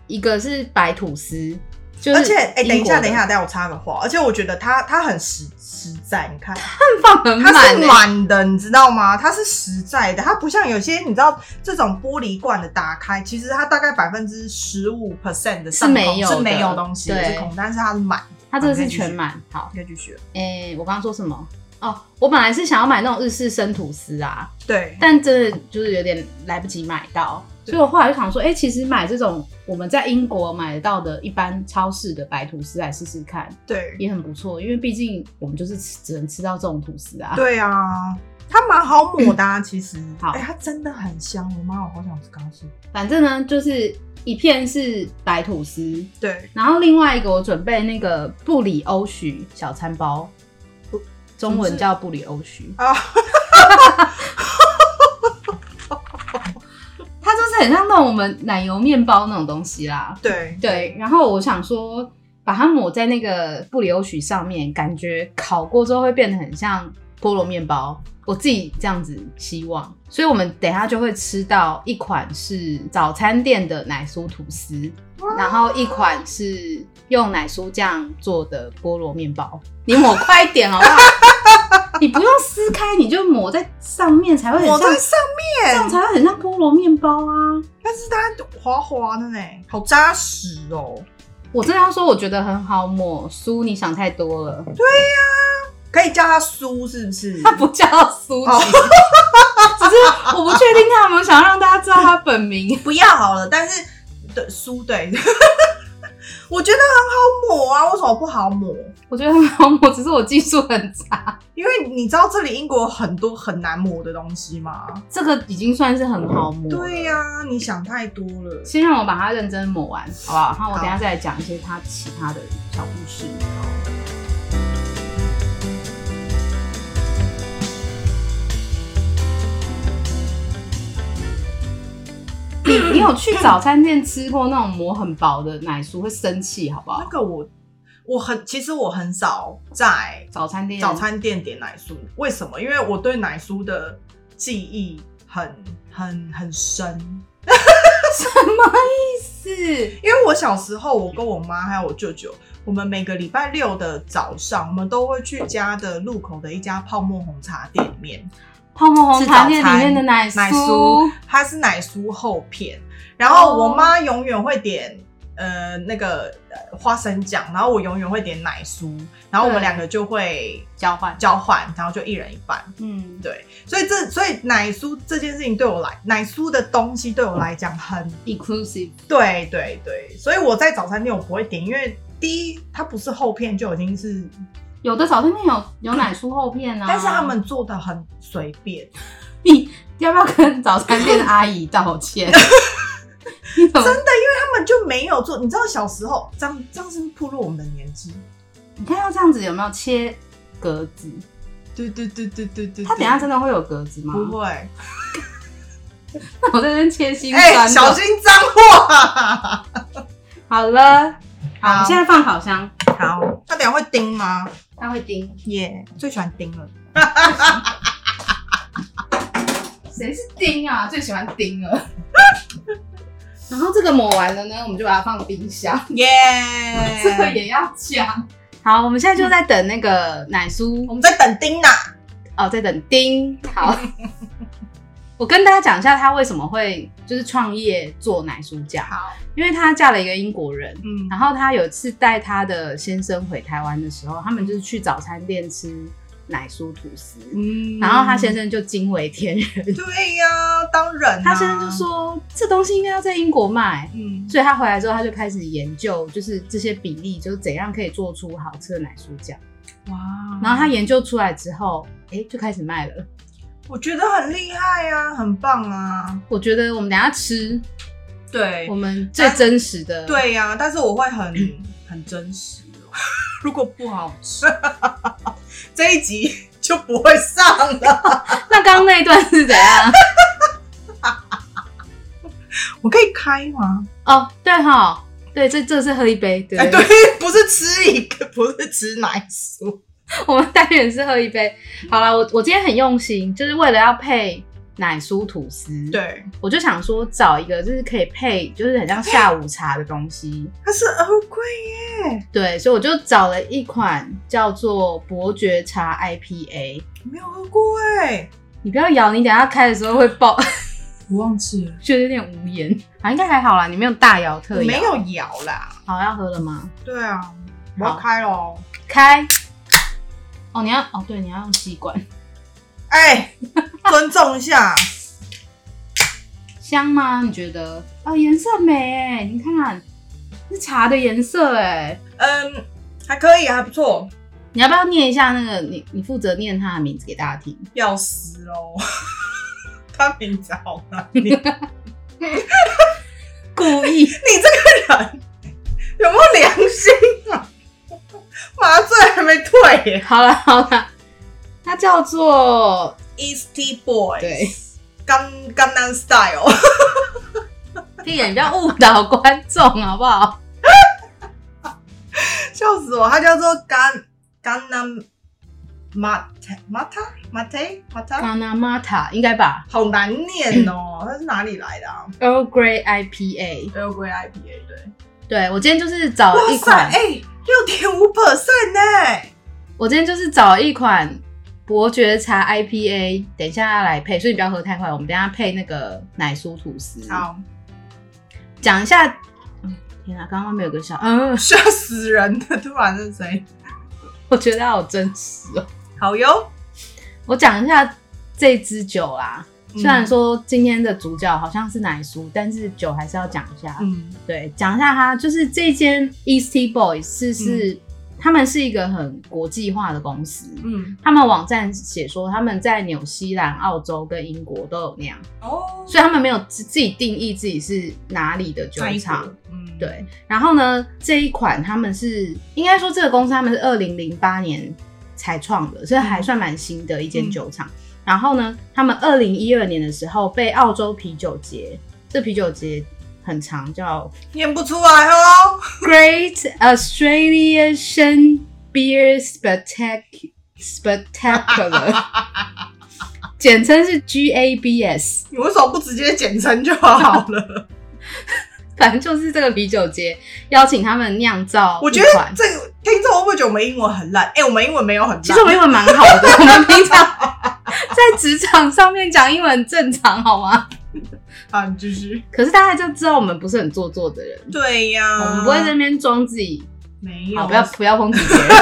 Speaker 2: 一个是白吐司，就是
Speaker 1: 而且，哎、等一
Speaker 2: 英国
Speaker 1: 下，
Speaker 2: 的
Speaker 1: 等一下，等一下我插个话。而且我觉得它它很实实在，你看，
Speaker 2: (laughs) 放很满、
Speaker 1: 它是
Speaker 2: 欸，
Speaker 1: 满的，你知道吗？它是实在的，它不像有些你知道这种玻璃罐的打开，其实它大概百分之十五 percent 的上空
Speaker 2: 是没有的
Speaker 1: 是没有东西的，
Speaker 2: 对
Speaker 1: 是空，但是它是满的。
Speaker 2: 它这个是全满。好，
Speaker 1: 应该去学，
Speaker 2: 诶、我刚刚说什么？哦，我本来是想要买那种日式生吐司啊，
Speaker 1: 对，
Speaker 2: 但真的就是有点来不及买到，所以我后来就想说，哎、其实买这种我们在英国买得到的一般超市的白吐司来试试看，
Speaker 1: 对，
Speaker 2: 也很不错，因为毕竟我们就是吃只能吃到这种吐司啊。
Speaker 1: 对啊，它蛮好抹的、啊，其实。
Speaker 2: 好嗯
Speaker 1: 哎、它真的很香，我妈，我好想吃刚吃。
Speaker 2: 反正呢，就是一片是白吐司，
Speaker 1: 对，
Speaker 2: 然后另外一个我准备那个布里欧许小餐包，中文叫布里欧许
Speaker 1: 啊
Speaker 2: 啊， (laughs) 它就是很像那种我们奶油面包那种东西啦。
Speaker 1: 对，
Speaker 2: 对，然后我想说，把它抹在那个布里欧许上面，感觉烤过之后会变得很像菠萝面包。我自己这样子希望，所以我们等一下就会吃到一款是早餐店的奶酥吐司，然后一款是用奶酥酱做的菠萝面包。你抹快一点好不好？你不用撕开，你就抹在上面才会很
Speaker 1: 抹
Speaker 2: 像，
Speaker 1: 在上
Speaker 2: 这样
Speaker 1: 面，
Speaker 2: 才会很像菠萝面包啊。
Speaker 1: 但是它滑滑的呢，好扎实哦。
Speaker 2: 我真的要说，我觉得很好抹酥，你想太多了。
Speaker 1: 可以叫它酥是不是？
Speaker 2: 它不叫苏
Speaker 1: 哦
Speaker 2: 吉，只是我不确定他有没有想要让大家知道他本名。
Speaker 1: 不要好了，但是对酥对， (laughs) 我觉得很好抹啊，为什么不好抹？
Speaker 2: 我觉得很好抹，只是我技术很差。
Speaker 1: 因为你知道这里英国有很多很难抹的东西吗？
Speaker 2: 这个已经算是很好抹。
Speaker 1: 对、啊呀、你想太多了。
Speaker 2: 先让我把它认真抹完，好不好？然后我等一下再来讲一些它其他的小故事。 (coughs) 你你有去早餐店吃过那种抹很薄的奶酥会生气，好不
Speaker 1: 那
Speaker 2: 好？
Speaker 1: 个我我很其实我很少在
Speaker 2: 早餐店
Speaker 1: 早餐店点奶酥，为什么？因为我对奶酥的记忆很很很深。
Speaker 2: 什么意思？
Speaker 1: 因为我小时候，我跟我妈还有我舅舅，我们每个礼拜六的早上，我们都会去家的路口的一家泡沫红茶店里面，
Speaker 2: 泡沫红茶店里面的奶
Speaker 1: 奶酥，它是奶酥厚片，然后我妈永远会点。呃，那个呃花生酱，然后我永远会点奶酥，然后我们
Speaker 2: 对
Speaker 1: 两个就会
Speaker 2: 交换，
Speaker 1: 交换，然后就一人一半。
Speaker 2: 嗯，
Speaker 1: 对，所以这所以奶酥这件事情对我来，奶酥的东西对我来讲很
Speaker 2: ，inclusive，
Speaker 1: 对对对，所以我在早餐店我不会点，因为第一它不是厚片就已经是，
Speaker 2: 有的早餐店有有奶酥厚片啊，
Speaker 1: 但是他们做的很随便，
Speaker 2: 你要不要跟早餐店的阿姨道 (laughs) 歉？你怎么？
Speaker 1: 他们就没有做。你知道小时候这样这样是不是暴露我们的年纪？
Speaker 2: 你看要这样子有没有切格子？
Speaker 1: 对对对对对对，
Speaker 2: 它等一下真
Speaker 1: 的
Speaker 2: 的会有格子吗？
Speaker 1: 不会，
Speaker 2: (laughs) 我在这边切心
Speaker 1: 哎、
Speaker 2: 酸的。
Speaker 1: 小心脏话。
Speaker 2: 好了，好，
Speaker 1: 好
Speaker 2: 我现在放烤箱，
Speaker 1: 好，他等一下会叮吗？
Speaker 2: 它会叮。
Speaker 1: 耶、最喜欢叮了。
Speaker 2: 谁是丁啊？最喜欢丁了。 (laughs) 然后这个抹完了呢，我们就把它放冰箱。 (laughs)
Speaker 1: 耶、
Speaker 2: 也要讲。哎好，我们现在就在等那个奶酥
Speaker 1: 我，们在等叮呢、
Speaker 2: 哦，在等丁。好， (laughs) 我跟大家讲一下她为什么会就是创业做奶酥酱，
Speaker 1: 好，
Speaker 2: 因为她嫁了一个英国人，
Speaker 1: 嗯
Speaker 2: 然后她有一次带她的先生回台湾的时候，他们就是去早餐店吃奶酥吐司，
Speaker 1: 嗯
Speaker 2: 然后她先生就惊为天人，
Speaker 1: 对呀、当然、啊，
Speaker 2: 她先生就，说这东西应该要在英国卖，
Speaker 1: 嗯，
Speaker 2: 所以他回来之后，他就开始研究，就是这些比例，就是怎样可以做出好吃的奶酥酱。
Speaker 1: 哇，
Speaker 2: 然后他研究出来之后，哎、就开始卖了。
Speaker 1: 我觉得很厉害啊，很棒啊。
Speaker 2: 我觉得我们等一下吃
Speaker 1: 对
Speaker 2: 我们最真实的，，
Speaker 1: 对呀、但是我会 (coughs) 很很真实哦。 (laughs) 如果不好吃， (laughs) 这一集就不会上了。
Speaker 2: 那刚刚那一段是怎样？
Speaker 1: 我可以开吗？
Speaker 2: 哦，对哈，对，这这是喝一杯，对
Speaker 1: 哎，
Speaker 2: 对，
Speaker 1: 对，不是吃一个，不是吃奶酥，
Speaker 2: 我们单元是喝一杯。好啦，我我今天很用心，就是为了要配奶酥吐司，，
Speaker 1: 对，
Speaker 2: 我就想说找一个就是可以配，就是很像下午茶的东西，
Speaker 1: 它是欧贵耶，
Speaker 2: 对，所以我就找了一款叫做伯爵茶 IPA。
Speaker 1: 我没有喝过哎，
Speaker 2: 你不要摇，你等一下开的时候会爆， (laughs)
Speaker 1: 我忘记了，
Speaker 2: 觉得有点无言。啊，应该还好啦，你没有大摇
Speaker 1: 我
Speaker 2: 特摇。
Speaker 1: 没有摇啦，
Speaker 2: 好要喝了吗？
Speaker 1: 对啊，我要
Speaker 2: 好
Speaker 1: 开喽，
Speaker 2: 开。哦，你要哦，对，你要用吸管。
Speaker 1: 哎，尊重一下，
Speaker 2: 香吗？你觉得？哦，颜色美哎、你看是茶的颜色哎、
Speaker 1: 嗯，还可以，还不错，
Speaker 2: 你要不要念一下那个你你负责念它的名字给大家听？
Speaker 1: 要死喽， (laughs) 他名字好难念。
Speaker 2: 故意
Speaker 1: 你这个人有没有良心啊？麻醉还没退耶
Speaker 2: (laughs) 好了好了， (laughs) 它叫做
Speaker 1: ，Easty Boy，
Speaker 2: 对，
Speaker 1: 江江南 Style，
Speaker 2: 屁眼，你不要误导观众好不好？
Speaker 1: 笑死我！它叫做甘甘南 Mate Mate Mate Mate，
Speaker 2: 巴拿马塔应该吧
Speaker 1: 好难念
Speaker 2: (coughs)
Speaker 1: 哦，它是哪里来的啊
Speaker 2: ，Earl Grey IPA。
Speaker 1: ？Earl Grey IPA 对，
Speaker 2: 对我今天就是找了
Speaker 1: 哇
Speaker 2: 一
Speaker 1: 塞，
Speaker 2: 款，
Speaker 1: 哎，六点五 percent 呢，
Speaker 2: 我今天就是找了一款伯爵茶 IPA，等一下来配，所以你不要喝太快，我们等一下配那个奶酥吐司。，
Speaker 1: 好
Speaker 2: 讲一下。嗯天啊，刚刚没有个小，嗯，
Speaker 1: 吓死人的，突然是谁？
Speaker 2: (laughs) 我觉得好真实哦。
Speaker 1: 好哟，
Speaker 2: 我讲一下这支酒啦，
Speaker 1: 嗯
Speaker 2: 虽然说今天的主角好像是奶酥，但是酒还是要讲一下。
Speaker 1: 嗯
Speaker 2: 对，讲一下它，就是这间 Easty Boys 是是、他们是一个很国际化的公司，
Speaker 1: 嗯
Speaker 2: 他们网站写说他们在纽西兰、澳洲跟英国都有酿，
Speaker 1: 哦，
Speaker 2: 所以他们没有自自己定义自己是哪里的酒
Speaker 1: 那一
Speaker 2: 厂
Speaker 1: 股。，嗯
Speaker 2: 对，然后呢，这一款他们是应该说这个公司他们是二零零八年才创的，所以还算蛮新的一间酒厂。然后呢，他们二零一二年的时候被澳洲啤酒节，这啤酒节很长，叫
Speaker 1: 念不出来哦。
Speaker 2: Great Australian Beer Spectac- Spectacular，简称是 GABS。
Speaker 1: 你为什么不直接简称就
Speaker 2: (laughs)
Speaker 1: 好了？
Speaker 2: 反正就是这个啤酒节邀请他们酿造
Speaker 1: 我
Speaker 2: 一
Speaker 1: 觉得
Speaker 2: 款。
Speaker 1: 这个听众会不会觉得我们英文很烂？哎、我们英文没有很烂，
Speaker 2: 其实我们英文蛮好
Speaker 1: (laughs)
Speaker 2: 的，我们平常在职场上面讲英文很正常好吗？
Speaker 1: 啊，你继续。
Speaker 2: 可是大家就知道我们不是很做作的人，
Speaker 1: 对呀、
Speaker 2: 我们不会在那边装自己
Speaker 1: 没嗯有，
Speaker 2: 好，不要不要抨击别人。 (laughs)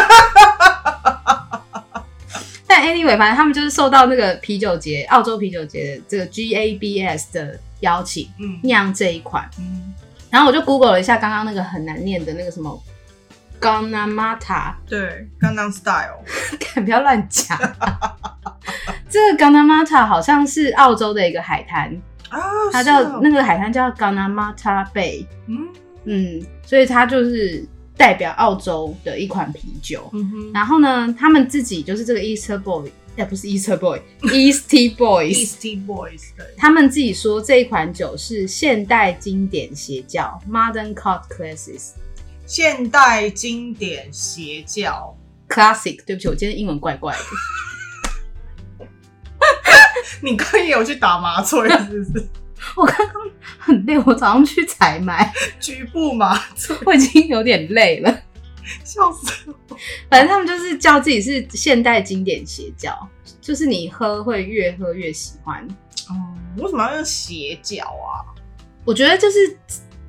Speaker 2: 但 anyway，反正他们就是受到那个啤酒节，澳洲啤酒节的这个 GABS 的邀请，
Speaker 1: 嗯
Speaker 2: 酿这一款。
Speaker 1: 嗯，
Speaker 2: 然后我就 Google 了一下刚刚那个很难念的那个什么 Ganamata，
Speaker 1: 对，刚刚 style，
Speaker 2: (laughs) 干不要乱讲、这个 Ganamata 好像是澳洲的一个海滩，
Speaker 1: 啊，
Speaker 2: 它
Speaker 1: 是
Speaker 2: 叫
Speaker 1: 哦
Speaker 2: 那个海滩叫 Ganamata Bay，
Speaker 1: 嗯
Speaker 2: 嗯，所以它就是代表澳洲的一款啤酒。
Speaker 1: 嗯哼
Speaker 2: 然后呢，他们自己就是这个 Easter Boy，哎、不是 Easter (laughs) Boy，Easty Boys，
Speaker 1: ，Easty Boys，对，
Speaker 2: 他们自己说这一款酒是现代经典邪教 （Modern Cult Classics）。
Speaker 1: 现代经典邪教，
Speaker 2: Classic，对不起，我今天英文怪怪的。
Speaker 1: 你刚也有去打麻醉是不是？ (laughs)
Speaker 2: 我刚刚很累，我早上去采买，
Speaker 1: 局部麻醉，
Speaker 2: 我已经有点累了。
Speaker 1: 笑死我！
Speaker 2: 反正他们就是叫自己是现代经典邪教，就是你喝会越喝越喜欢。
Speaker 1: 哦，为什么要用邪教啊？
Speaker 2: 我觉得就是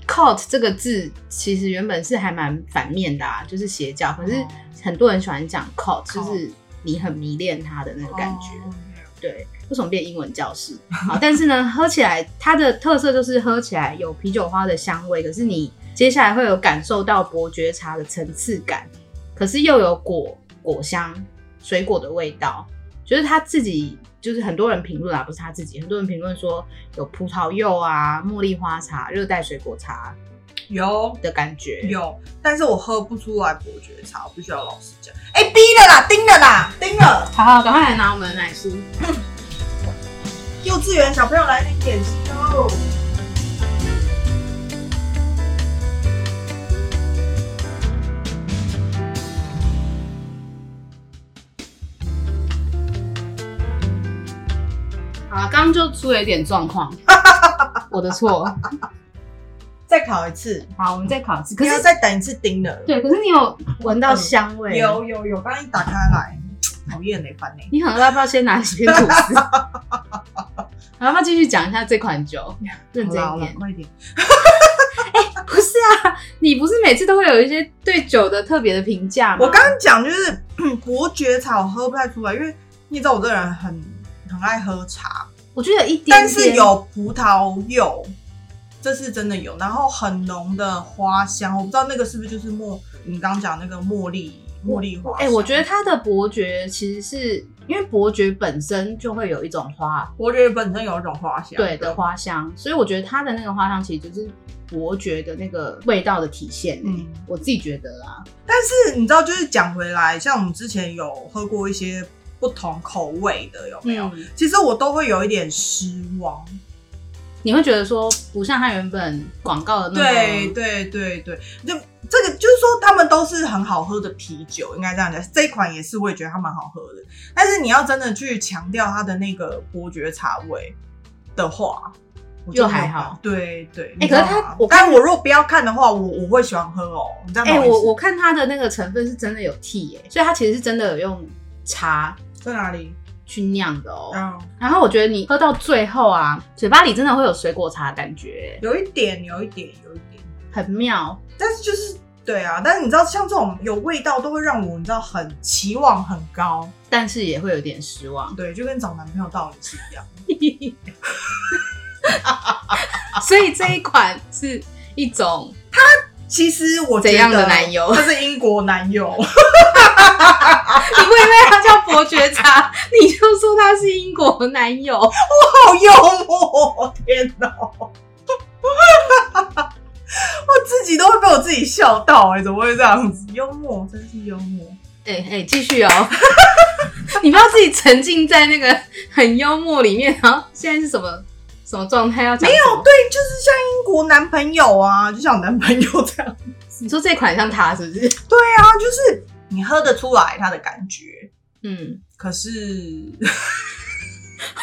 Speaker 2: cult 这个字其实原本是还蛮反面的啊，就是邪教，可是很多人喜欢讲 cult，就是你很迷恋它的那个感觉。
Speaker 1: 哦
Speaker 2: 对，为什么变英文教室？好，但是呢，喝起来它的特色就是喝起来有啤酒花的香味，可是你接下来会有感受到伯爵茶的层次感，可是又有果果香、水果的味道。就是他自己，就是很多人评论啊，不是他自己，很多人评论说有葡萄柚啊、茉莉花茶、热带水果茶
Speaker 1: 哦有
Speaker 2: 的感觉。
Speaker 1: 有，但是我喝不出来伯爵茶，我必须要老实讲。哎、逼了啦，盯了啦，盯了！
Speaker 2: 好好，赶快来拿我们的奶酥。
Speaker 1: 幼稚园小朋友来点点心哦。
Speaker 2: 刚就出了一点状况，我的错。
Speaker 1: 再考一次，
Speaker 2: 好，我们再考一次。
Speaker 1: 不
Speaker 2: 可
Speaker 1: 要
Speaker 2: 是
Speaker 1: 再等一次丁了。
Speaker 2: 对，可是
Speaker 1: (laughs)
Speaker 2: 你有嗯闻到香味？
Speaker 1: 有。有有，刚一打开来，讨厌嘞，烦嘞。
Speaker 2: 你很要不要先拿几片
Speaker 1: (laughs)
Speaker 2: 吐司？好，要不要继续讲一下这
Speaker 1: (laughs)
Speaker 2: 款酒？认真
Speaker 1: 好了好
Speaker 2: 一
Speaker 1: 了
Speaker 2: 点。
Speaker 1: 快一点。
Speaker 2: 不是啊，你不是每次都会有一些对酒的特别的评价吗？
Speaker 1: 我刚刚讲就是 (coughs) 嗯伯爵茶，我喝不太出来，因为你也知道我这个人很很爱喝茶，
Speaker 2: 我觉得有一点点，
Speaker 1: 但是有葡萄柚，这是真的有，然后很浓的花香，我不知道那个是不是就是茉，你刚刚讲那个茉莉茉莉花
Speaker 2: 哎、
Speaker 1: 香。
Speaker 2: 我觉得它的伯爵其实是因为伯爵本身就会有一种花
Speaker 1: 伯爵本身有一种花香，
Speaker 2: 对的，花香，所以我觉得它的那个花香其实就是伯爵的那个味道的体现、欸
Speaker 1: 嗯
Speaker 2: 我自己觉得啦，
Speaker 1: 但是你知道，就是讲回来，像我们之前有喝过一些不同口味的，有没有？
Speaker 2: 嗯，
Speaker 1: 其实我都会有一点失望。
Speaker 2: 你会觉得说不像它原本广告的那种，
Speaker 1: 对对对对，就这个就是说，他们都是很好喝的啤酒，应该这样讲。这一款也是，我也觉得它蛮好喝的。但是你要真的去强调它的那个伯爵茶味的话，我就
Speaker 2: 又
Speaker 1: 没有
Speaker 2: 还好
Speaker 1: 办法。对对，
Speaker 2: 哎
Speaker 1: 你知道
Speaker 2: 可是它
Speaker 1: 吗
Speaker 2: 我看
Speaker 1: 但我如果不要看的话，我我会喜欢喝哦。你这样
Speaker 2: 哎、
Speaker 1: 懂意思
Speaker 2: 我我看它的那个成分是真的有替耶、所以它其实是真的有用茶
Speaker 1: 在哪里？
Speaker 2: 去酿的哦、
Speaker 1: 嗯，
Speaker 2: 然后我觉得你喝到最后啊，嘴巴里真的会有水果茶的感觉、
Speaker 1: 有一点，有一点，有一点。
Speaker 2: 很妙。
Speaker 1: 但是就是对啊，但是你知道，像这种有味道都会让我你知道很期望很高，
Speaker 2: 但是也会有点失望，
Speaker 1: 对，就跟找男朋友道理是一样。
Speaker 2: 所以这一款是一种 (laughs)
Speaker 1: 其实我觉得
Speaker 2: 怎样的男友
Speaker 1: 他是英国男
Speaker 2: (laughs)
Speaker 1: 友，
Speaker 2: 你会因为它叫伯爵茶，你就说它是英国男友，
Speaker 1: 好幽默，天哪！ (laughs) 我自己都会被我自己笑到哎、怎么会这样子？幽默，真是幽默。
Speaker 2: 哎、哎、继续哦。 (laughs) 你不要自己沉浸在那个很幽默里面，然后现在是什么什么状态要讲？没有，对，
Speaker 1: 对，就是像英国男朋友啊，就像我男朋友这
Speaker 2: (laughs)
Speaker 1: 样。
Speaker 2: 你说这款像他是不是？
Speaker 1: 对啊，就是你喝得出来他的感觉，
Speaker 2: 嗯，
Speaker 1: 可
Speaker 2: (laughs)
Speaker 1: 是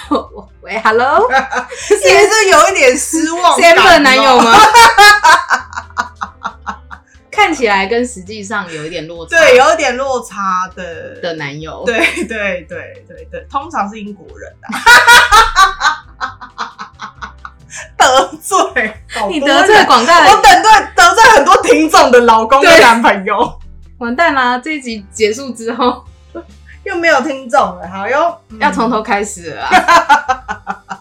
Speaker 2: 我 (laughs) 喂，Hello，
Speaker 1: 其实有一点失望
Speaker 2: 是 a
Speaker 1: 感
Speaker 2: m 的
Speaker 1: 哦
Speaker 2: 男友吗？ (laughs) 看起来跟实际上有一点落差，
Speaker 1: 对，有一点落差的。
Speaker 2: 的男
Speaker 1: (laughs)
Speaker 2: 友，
Speaker 1: 对对对对对，通常是英国人啊。 (laughs) 得罪，
Speaker 2: 你得罪广大的
Speaker 1: 我得罪得罪很多听众的老公跟
Speaker 2: 对
Speaker 1: 男朋友，
Speaker 2: 完蛋啦！这一集结束之后，
Speaker 1: (laughs) 又没有听众了，好哟，嗯
Speaker 2: 要从。头开始了啊
Speaker 1: (laughs)
Speaker 2: 啦。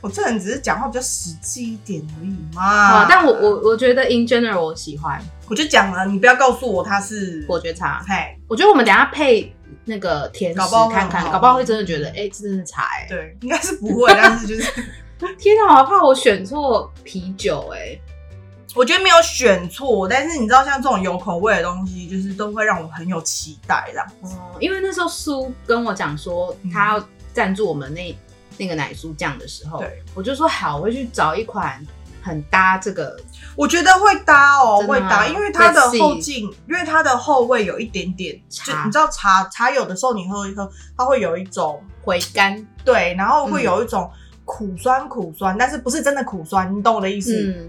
Speaker 1: 我这人只是讲话比较实际一点而已
Speaker 2: 好
Speaker 1: 嘛。
Speaker 2: 但我我我觉得 in general 我喜欢
Speaker 1: 我就讲了，你不要告诉我他是
Speaker 2: 伯爵茶，
Speaker 1: 嘿，
Speaker 2: 我觉得我们等一下配那个甜食
Speaker 1: 搞不好会
Speaker 2: 看看，
Speaker 1: 很好
Speaker 2: 搞不好会真的觉得，哎、这真的茶哎、
Speaker 1: 对，应该是不会，但是就是 (laughs)
Speaker 2: 天啊哪，我好怕我选错啤酒哎、
Speaker 1: 我觉得没有选错，但是你知道，像这种有口味的东西，就是都会让我很有期待这样。
Speaker 2: 哦，因为那时候苏跟我讲说
Speaker 1: 嗯
Speaker 2: 他要赞助我们那那个奶酥酱的时候
Speaker 1: 对，
Speaker 2: 我就说好，我会去找一款很搭这个
Speaker 1: 我觉得会搭哦，
Speaker 2: 真的
Speaker 1: 会
Speaker 2: 吗
Speaker 1: 搭，因为它的
Speaker 2: 会细
Speaker 1: 后劲，因为它的后味有一点点就
Speaker 2: 茶
Speaker 1: 你知道茶茶有的时候你喝一喝，它会有一种
Speaker 2: 回甘，
Speaker 1: 对，然后会
Speaker 2: 嗯
Speaker 1: 有一种苦酸苦酸，但是不是真的苦酸，你懂我的意思？
Speaker 2: 嗯，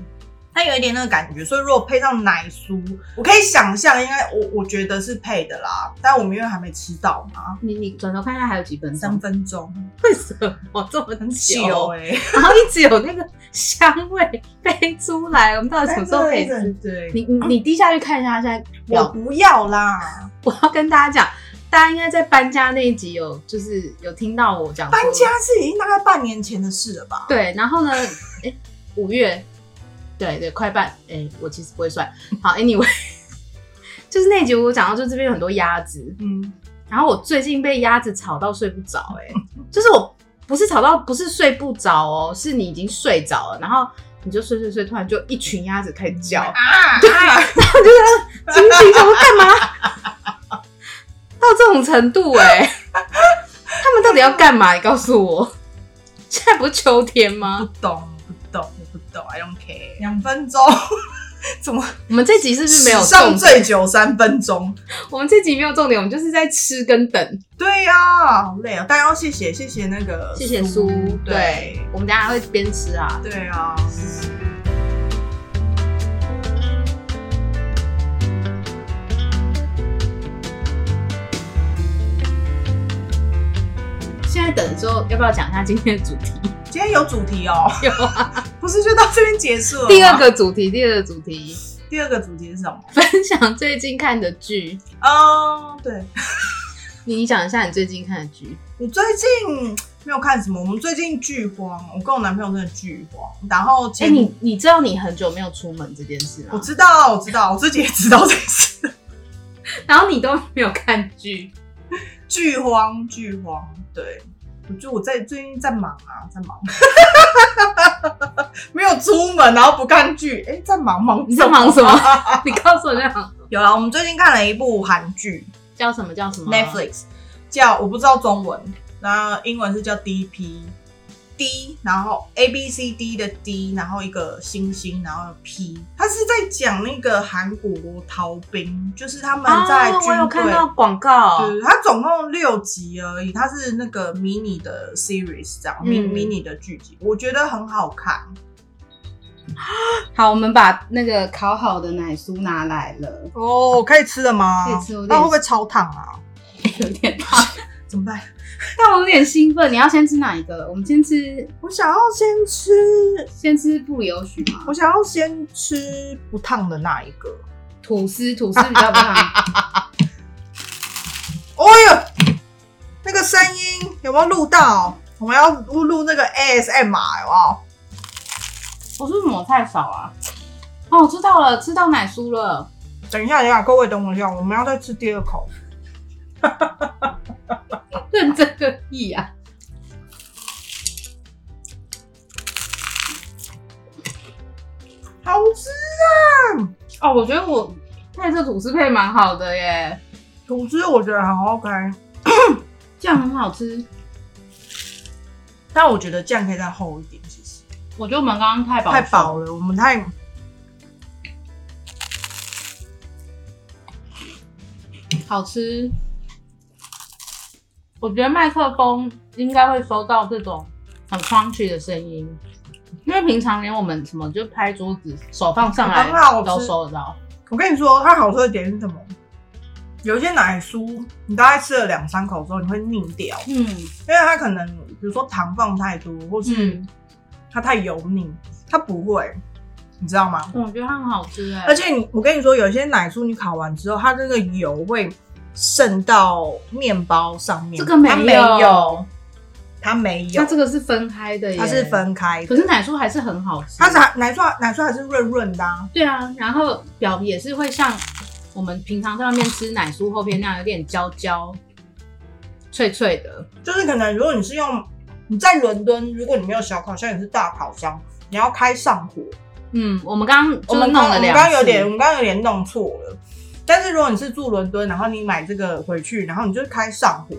Speaker 1: 它有一点那个感觉，所以如果配上奶酥，我可以想象，应该我我觉得是配的啦，但我们因为还没吃到嘛，
Speaker 2: 你你转头看一下还有几分
Speaker 1: 三
Speaker 2: 钟，
Speaker 1: 分钟
Speaker 2: 为什 (laughs) 么这么
Speaker 1: 很
Speaker 2: 久
Speaker 1: 久哎、欸，
Speaker 2: 然后一直有那个香味飞出来，我们到底 (laughs) 什么时候可以
Speaker 1: 但是
Speaker 2: 吃？
Speaker 1: 对，啊
Speaker 2: 你哦你你低下去看一下，现在
Speaker 1: 我
Speaker 2: 表
Speaker 1: 不要啦，
Speaker 2: (laughs) 我要跟大家讲，大家应该在搬家那一集有就是有听到我讲说
Speaker 1: 搬家是已经大概半年前的事了吧？
Speaker 2: 对，然后呢， (laughs) 哎，五月，对对，快半，哎，我其实不会算。好，anyway，就是那一集我讲到，就这边有很多鸭子，
Speaker 1: 嗯，
Speaker 2: 然后我最近被鸭子吵到睡不着、欸， (laughs) 就是我不是吵到，不是睡不着哦，是你已经睡着了，然后你就睡睡睡，突然就一群鸭子开始叫，
Speaker 1: 啊，
Speaker 2: 惊醒想说干嘛？ (laughs) 到这种程度哎、
Speaker 1: (laughs)
Speaker 2: 他们到底要干嘛？你告诉我，现在不是秋天
Speaker 1: 不
Speaker 2: 吗？
Speaker 1: 懂，不懂，我不懂，I don't 啊 care。两分钟，怎么
Speaker 2: 我们这集是不是没有
Speaker 1: 史上
Speaker 2: 重
Speaker 1: 最
Speaker 2: 点？
Speaker 1: 久三分钟？
Speaker 2: 我们这集没有重点，我们就是在吃跟等。
Speaker 1: 对呀、好累啊！但要谢谢谢谢那个
Speaker 2: 谢谢苏，
Speaker 1: 对
Speaker 2: 我们等一下会边吃啊。
Speaker 1: 对啊，
Speaker 2: 现在等的时候，要不要讲一下今天的主题？
Speaker 1: 今天有主题哦，
Speaker 2: 有啊，
Speaker 1: (laughs) 不是就到这边结束了吗？
Speaker 2: 第二个主题，第二个主题， (laughs)
Speaker 1: 第二个主题是什么？
Speaker 2: 分享最近看的剧。
Speaker 1: 嗯，对
Speaker 2: 你讲一下你最近看的剧。
Speaker 1: 我最近没有看什么，我们最近剧荒，我跟我男朋友真的剧荒。然后
Speaker 2: 哎、
Speaker 1: 前、
Speaker 2: 你你知道你很久没有出门这件事
Speaker 1: 我
Speaker 2: 吗？
Speaker 1: 知道我知道，我自己也知道这事，
Speaker 2: 然后你都没有看剧，
Speaker 1: 剧荒剧荒，对。我就我在最近在忙啊，在忙， (laughs) 没有出门，然后不看剧，哎、在忙忙，
Speaker 2: (laughs) 你在忙什 (laughs) 么？你告诉我在忙
Speaker 1: 有啊，我们最近看了一部韩剧
Speaker 2: 叫什么叫什么啊
Speaker 1: Netflix，叫我不知道中文，然后英文是叫 DP D，然后 A B C D 的 D，然后一个星星，然后 P，它是在讲那个韩国逃兵，就是他们在
Speaker 2: 啊，
Speaker 1: 军
Speaker 2: 我有看
Speaker 1: 队。
Speaker 2: 到广告，
Speaker 1: 对，它总共六集而已，它是那个 mini 的 series 这样、
Speaker 2: 嗯
Speaker 1: m i mini 的剧集，我觉得很好看。
Speaker 2: 好，我们把那个烤好的奶酥拿来了，
Speaker 1: 哦，可以吃了吗？
Speaker 2: 可以吃我有点
Speaker 1: 那会不会超烫啊？
Speaker 2: 有点烫，
Speaker 1: 怎么办？
Speaker 2: 但我有点兴奋。你要先吃哪一个？我们先吃，
Speaker 1: 我想要先吃
Speaker 2: 先吃不留许吗
Speaker 1: 我？想要先吃不烫的那一个。
Speaker 2: 吐司，吐司比较不烫。
Speaker 1: 哦呦，那个声音有没有录到？我们要录录那个 ASMR 哦。
Speaker 2: (laughs) 我是抹太少啊？哦，我知道了，吃到奶酥了。
Speaker 1: 等一下，等一下，各位等我一下，我们要再吃第二口。
Speaker 2: (laughs) 认真个屁啊！
Speaker 1: 好吃啊！
Speaker 2: 哦，我觉得我配这吐司配蛮好的耶，
Speaker 1: 总之我觉得很 OK，
Speaker 2: 酱很好吃。
Speaker 1: 但我觉得酱可以再厚一点，其实
Speaker 2: 我觉得我们刚刚太饱
Speaker 1: 太饱了，我们太
Speaker 2: 好吃。我觉得麦克风应该会收到这种很 crunchy 的声音，因为平常连我们什么就拍桌子手放上来
Speaker 1: 很好吃
Speaker 2: 都收得到。
Speaker 1: 我跟你说，它好吃的点是什么？有一些奶酥，你大概吃了两三口之后，你会腻掉，
Speaker 2: 嗯
Speaker 1: 因为它可能比如说糖放太多，或是
Speaker 2: 嗯，
Speaker 1: 它太油腻，它不会，你知道吗？
Speaker 2: 嗯我觉得它很好吃哎、
Speaker 1: 而且你，我跟你说，有些奶酥你烤完之后，它那个油会渗到面包上面，
Speaker 2: 这个没
Speaker 1: 它没有，它没有，
Speaker 2: 它这个是分开的耶，
Speaker 1: 它是，分开
Speaker 2: 可
Speaker 1: 的，
Speaker 2: 是奶酥还是很好吃。
Speaker 1: 它是还奶酥，奶酥还是润润的、啊，
Speaker 2: 对啊，然后表皮也是会像我们平常在外面吃奶酥厚片那样，有点焦焦、脆脆的。
Speaker 1: 就是可能如果你是用你在伦敦，如果你没有小烤箱，你是大烤箱，你要开上火，
Speaker 2: 嗯，我们刚刚
Speaker 1: 我
Speaker 2: 就是
Speaker 1: 们
Speaker 2: 弄
Speaker 1: 刚
Speaker 2: 了
Speaker 1: 我们
Speaker 2: 两
Speaker 1: 刚有
Speaker 2: 次
Speaker 1: 点，我们刚有点弄错了。但是如果你是住伦敦，然后你买这个回去，然后你就开上火，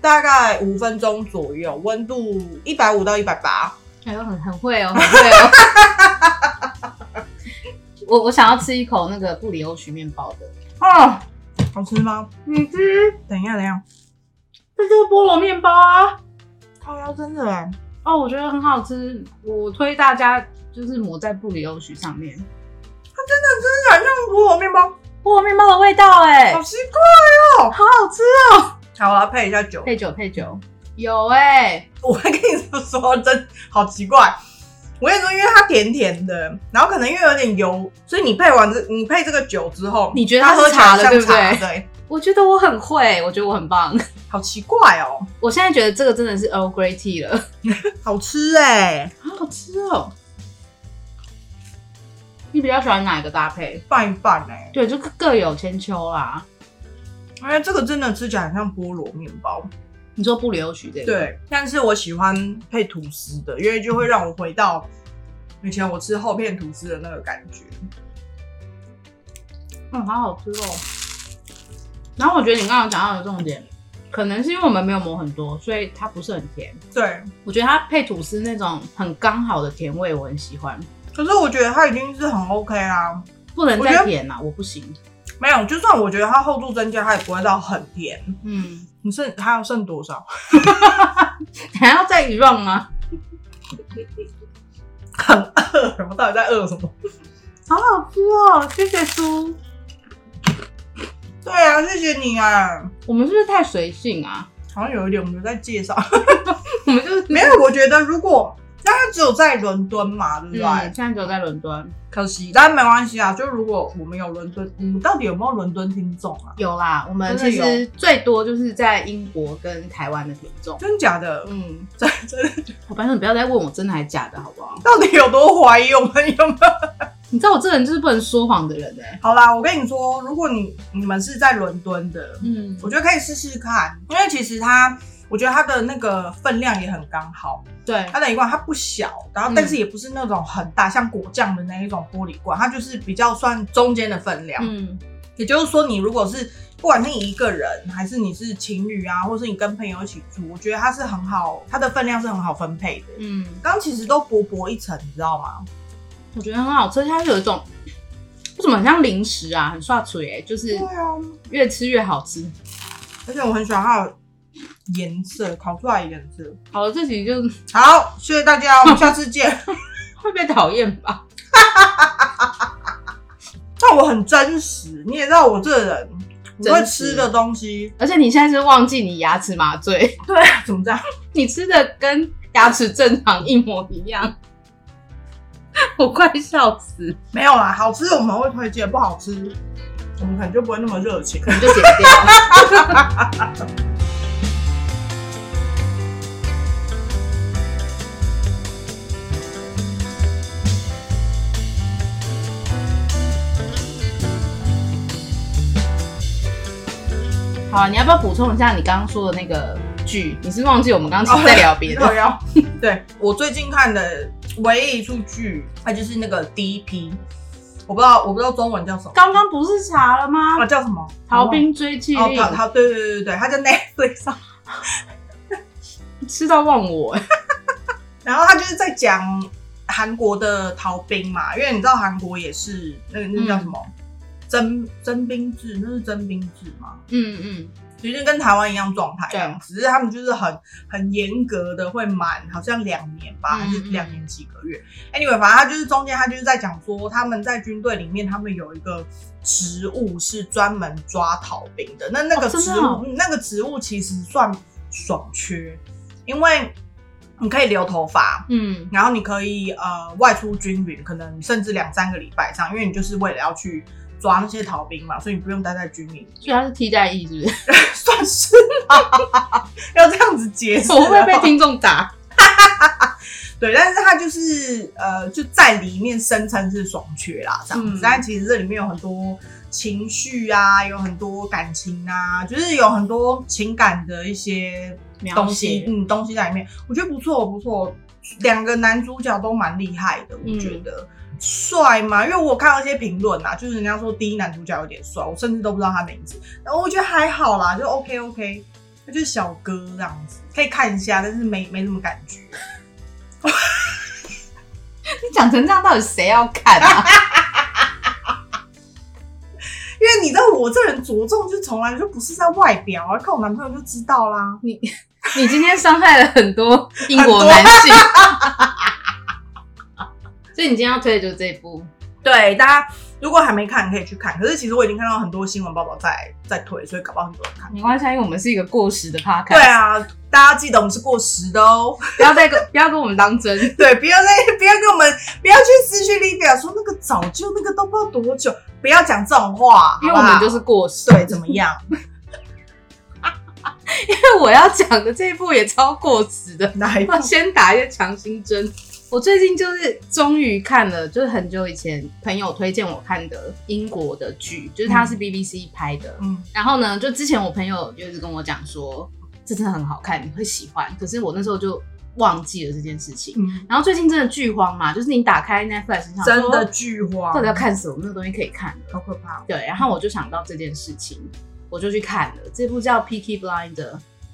Speaker 1: 大概五分钟左右，温度一百五到一百八。
Speaker 2: 哎呦，很很会哦，很会哦。 (laughs) 我我想要吃一口那个布里欧许面包的，
Speaker 1: 哦，好吃吗？
Speaker 2: 你吃？
Speaker 1: 等一下，等一下，
Speaker 2: 这就是菠萝面包啊！
Speaker 1: 靠腰真的哎，
Speaker 2: 哦，我觉得很好吃，我推大家就是抹在布里欧许上面，
Speaker 1: 真的很像菠萝面包，
Speaker 2: 菠萝面包的味道哎、
Speaker 1: 好奇怪哦。
Speaker 2: 好好吃哦！
Speaker 1: 好，我要配一下酒。
Speaker 2: 配酒配酒，有哎、
Speaker 1: (laughs) 我跟你说，真好奇怪。我跟你说，因为它甜甜的，然后可能因为有点油，所以你配完这你配这个酒之后，
Speaker 2: 你觉得
Speaker 1: 它
Speaker 2: 它
Speaker 1: 喝
Speaker 2: 是
Speaker 1: 起来
Speaker 2: 茶了
Speaker 1: 像
Speaker 2: 对不
Speaker 1: 茶
Speaker 2: 对
Speaker 1: 对，
Speaker 2: 我觉得我很会，我觉得我很棒。 (laughs)
Speaker 1: 好奇怪哦，
Speaker 2: 我现在觉得这个真的是 Earl Grey Tea 了，
Speaker 1: 好吃哎、
Speaker 2: 好好吃哦！你比较喜欢哪一个搭配？
Speaker 1: 拌一拌哎、
Speaker 2: 对，就各有千秋啦。
Speaker 1: 因哎为这个真的吃起来很像菠萝面包。
Speaker 2: 你说不留许这个？，
Speaker 1: 对，但是我喜欢配吐司的，因为就会让我回到以前我吃厚片吐司的那个感觉。
Speaker 2: 嗯，好好吃哦。然后我觉得你刚刚讲到的重点，可能是因为我们没有磨很多，所以它不是很甜。
Speaker 1: 对，
Speaker 2: 我觉得它配吐司那种很刚好的甜味，我很喜欢。
Speaker 1: 可是我觉得它已经是很 OK 啦。
Speaker 2: 不能
Speaker 1: 我觉
Speaker 2: 再
Speaker 1: 得
Speaker 2: 甜了、我不行。
Speaker 1: 没有，就算我觉得它厚度增加，它也不会到很甜。
Speaker 2: 嗯，
Speaker 1: 你剩还要剩多少？
Speaker 2: 还要再 run 吗？
Speaker 1: 很饿，我到底在饿 (laughs) 什么？
Speaker 2: 好好吃哦，谢谢叔。
Speaker 1: 对啊，谢谢你啊。
Speaker 2: 我们是不是太随性啊？
Speaker 1: 好像有一点我们在介绍，
Speaker 2: (laughs)
Speaker 1: (laughs)
Speaker 2: 我们就是
Speaker 1: 没有，我觉得如果那它只有在伦敦嘛，对不对？
Speaker 2: 嗯，现在只有在伦敦
Speaker 1: 可惜，但没关系啊。就如果我们有伦敦，我们到底有没有伦敦听众啊？
Speaker 2: 有啦。我们
Speaker 1: 真的
Speaker 2: 其
Speaker 1: 有
Speaker 2: 实最多就是在英国跟台湾的品种。
Speaker 1: 真假的？
Speaker 2: 嗯，
Speaker 1: (laughs) 真真的，
Speaker 2: 我拜托你不要再问我真的还假的，好不好？
Speaker 1: 到底有多怀疑我们有没有？ (laughs)
Speaker 2: 你知道我这人就是不能说谎的人哎、
Speaker 1: 好啦，我跟你说，如果你你们是在伦敦的，
Speaker 2: 嗯，
Speaker 1: 我觉得可以试试看，因为其实它，我觉得它的那个分量也很刚好，
Speaker 2: 对，
Speaker 1: 它的一罐它不小，然后
Speaker 2: 嗯
Speaker 1: 但是也不是那种很大，像果酱的那一种玻璃罐，它就是比较算中间的分量。
Speaker 2: 嗯
Speaker 1: 也就是说，你如果是不管是你一个人，还是你是情侣啊，或是你跟朋友一起住，我觉得它是很好，它的分量是很好分配的。
Speaker 2: 嗯，
Speaker 1: 刚其实都薄薄一层，你知道吗？
Speaker 2: 我觉得很好吃，它有一种为什么很像零食啊，很刷嘴哎、就是
Speaker 1: 啊，
Speaker 2: 越吃越好吃。
Speaker 1: 而且我很喜欢它的颜色，烤出来的颜色。
Speaker 2: 好了，这集就 (laughs)
Speaker 1: 好，谢谢大家，我们下次见。 (laughs)
Speaker 2: 会被讨厌吧？
Speaker 1: 但我很真实，你也知道我这人，我会
Speaker 2: 真实
Speaker 1: 吃的东西，
Speaker 2: 而且你现在是忘记你牙齿麻醉，
Speaker 1: 对啊，怎么这样？
Speaker 2: 你吃的跟牙齿正常一模一样，我快笑死，
Speaker 1: 没有啦，好吃我们会推荐，不好吃我们可能就不会那么热
Speaker 2: (laughs)
Speaker 1: 情。
Speaker 2: 你就剪掉。 (laughs) 好、你要不要补充一下你刚刚说的那个剧？你是忘记我们刚刚其实在聊别
Speaker 1: (laughs)
Speaker 2: 的？
Speaker 1: 靠腰哦对我最近看的唯一一出剧，它就是那个第一批，我不知道我不知道中文叫
Speaker 2: (laughs)
Speaker 1: 什么，
Speaker 2: 刚刚不是查了
Speaker 1: 啊
Speaker 2: 吗？
Speaker 1: 叫什么？
Speaker 2: 逃兵追缉
Speaker 1: 哦，
Speaker 2: 令，
Speaker 1: 逃逃对对对对对，它在 Netflix 上，
Speaker 2: 吃到忘我、哎
Speaker 1: 然后它就是在讲韩国的逃兵嘛，因为你知道韩国也是那个那个叫什么、
Speaker 2: 嗯
Speaker 1: 征征兵制，那是征兵制嘛。
Speaker 2: 嗯嗯，
Speaker 1: 其实跟台湾一样状态啊
Speaker 2: 对，啊
Speaker 1: 只是他们就是很很严格的会满，好像两年吧，
Speaker 2: 嗯
Speaker 1: 还是两年几个月。Anyway，反正他就是中间他就是在讲说他们在军队里面，他们有一个职务是专门抓逃兵的。那那个
Speaker 2: 哦真的
Speaker 1: 职务，
Speaker 2: 哦
Speaker 1: 那个职务其实算爽缺，因为你可以留头发，
Speaker 2: 嗯
Speaker 1: 然后你可以呃外出均匀，可能甚至两三个礼拜以上，因为你就是为了要去抓那些逃兵嘛，所以你不用待在军营。
Speaker 2: 所以他是替代役，是不 (laughs) 是？
Speaker 1: 算是吧， (laughs) 要这样子解释。
Speaker 2: 我会不会被听众打？
Speaker 1: 对，但是他就是呃，就在里面声称是爽缺啦，这样子。
Speaker 2: 嗯
Speaker 1: 但其实这里面有很多情绪啊，有很多感情啊，就是有很多情感的一些
Speaker 2: 描
Speaker 1: 东西
Speaker 2: 写，
Speaker 1: 嗯，东西在里面，我觉得不错，不错。两个男主角都蛮厉害的，我
Speaker 2: 嗯
Speaker 1: 觉得。帅嘛，因为我有看到一些评论啊，就是人家说第一男主角有点帅，我甚至都不知道他名字，然后我觉得还好啦，就 OK OK，他就是小哥这样子，可以看一下，但是没没什么感觉。
Speaker 2: 你讲成这样，到底谁要看啊？
Speaker 1: 因为你知道我这人着重就从来就不是在外表啊，看我男朋友就知道啦。
Speaker 2: (laughs) 你今天伤害了很多英国男性， (laughs) 所以你今天要推的就是这一部。
Speaker 1: 对，大家如果还没看，可以去看。可是其实我已经看到很多新闻报道在在推，所以搞不好很多人看。
Speaker 2: 没关系啊，因为我们是一个过时的 podcast，
Speaker 1: 对啊，大家记得我们是过时的哦。 (laughs)
Speaker 2: 不要再跟不要跟我们当真。
Speaker 1: 对，不要再不要跟我们不要去失去 l 表说那个早就那个都不知道多久，不要讲这种话，
Speaker 2: 因为
Speaker 1: 好
Speaker 2: 我
Speaker 1: 不好
Speaker 2: 们就是过时，
Speaker 1: 对怎么样？ (laughs)
Speaker 2: 因为我要讲的这一部也超过时的，
Speaker 1: 哪一部 (laughs)
Speaker 2: 要？先打一个强心针。我最近就是终于看了，就是很久以前朋友推荐我看的英国的剧，就是它是 BBC 拍的。
Speaker 1: 嗯
Speaker 2: 然后呢，就之前我朋友就一直跟我讲说，这真的很好看，你会喜欢。可是我那时候就忘记了这件事情。
Speaker 1: 嗯，
Speaker 2: 然后最近真的剧荒嘛，就是你打开 Netflix，你想说
Speaker 1: 真的剧荒，
Speaker 2: 到底要看什么？没有东西可以看了。
Speaker 1: 好可怕。哦
Speaker 2: 对，然后我就想到这件事情，我就去看了这部叫《Peaky Blinder》。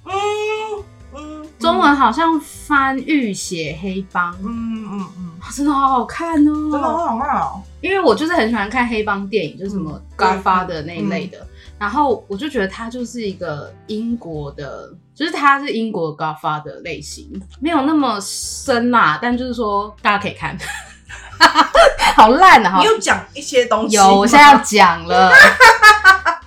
Speaker 1: 嗯，嗯，
Speaker 2: 中文好像翻浴血黑帮，
Speaker 1: 嗯，嗯嗯
Speaker 2: 哇哦真的好好看哦，
Speaker 1: 嗯，真的很好看哦。
Speaker 2: 因为我就是很喜欢看黑帮电影，就是什么
Speaker 1: 嗯
Speaker 2: Godfather 那一类的。然后我就觉得他就是一个英国的，就是他是英国 Godfather 类型，没有那么深啦，但就是说大家可以看。 (laughs) 好烂啊！好
Speaker 1: 你有讲一些东西吗，
Speaker 2: 有，我现在要讲了。 (laughs)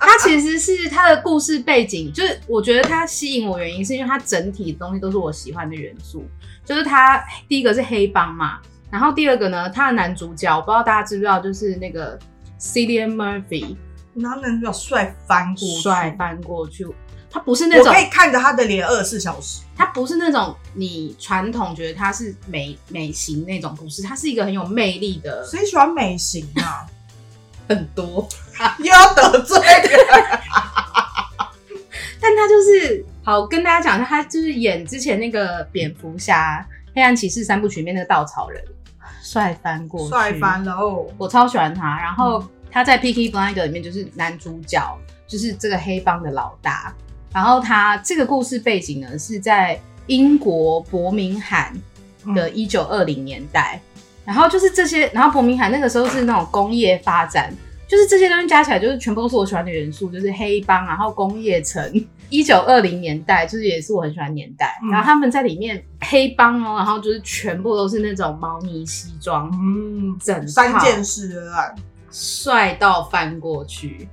Speaker 2: 它其实是它的故事背景，就是我觉得它吸引我原因，是因为它整体的东西都是我喜欢的元素。就是它第一个是黑帮嘛，然后第二个呢，它的男主角我不知道大家知不知道，就是那个 Cillian Murphy，
Speaker 1: 然后男主角帅翻过去
Speaker 2: 帅，翻过去，他不是那
Speaker 1: 我
Speaker 2: 种
Speaker 1: 可以看着他的脸二十四小时。
Speaker 2: 他不是那种你传统觉得他是美美型那种，不是，他是一个很有魅力的，
Speaker 1: 谁喜欢美型
Speaker 2: (laughs)
Speaker 1: 啊？
Speaker 2: 很多。
Speaker 1: 又要得罪人，
Speaker 2: 但他就是好跟大家讲一下，他就是演之前那个蝙蝠侠、黑暗骑士三部曲里面那个稻草人，帅翻过去，
Speaker 1: (laughs) 帅翻了哦。
Speaker 2: 我超喜欢他。然后
Speaker 1: 嗯
Speaker 2: 他在《Peaky Blinder》里面就是男主角，就是这个黑帮的老大。然后他这个故事背景呢是在英国伯明翰
Speaker 1: 嗯
Speaker 2: 的一九二零年代。然后就是这些，然后伯明翰那个时候是那种工业发展，就是这些东西加起来，就是全部都是我喜欢的元素，就是黑帮，然后工业城。一九二零年代就是也是我很喜欢的年代，
Speaker 1: 嗯
Speaker 2: 然后他们在里面黑帮哦，然后就是全部都是那种毛呢西装，
Speaker 1: 嗯，
Speaker 2: 整套
Speaker 1: 三件事了啊。
Speaker 2: 帅到翻过去，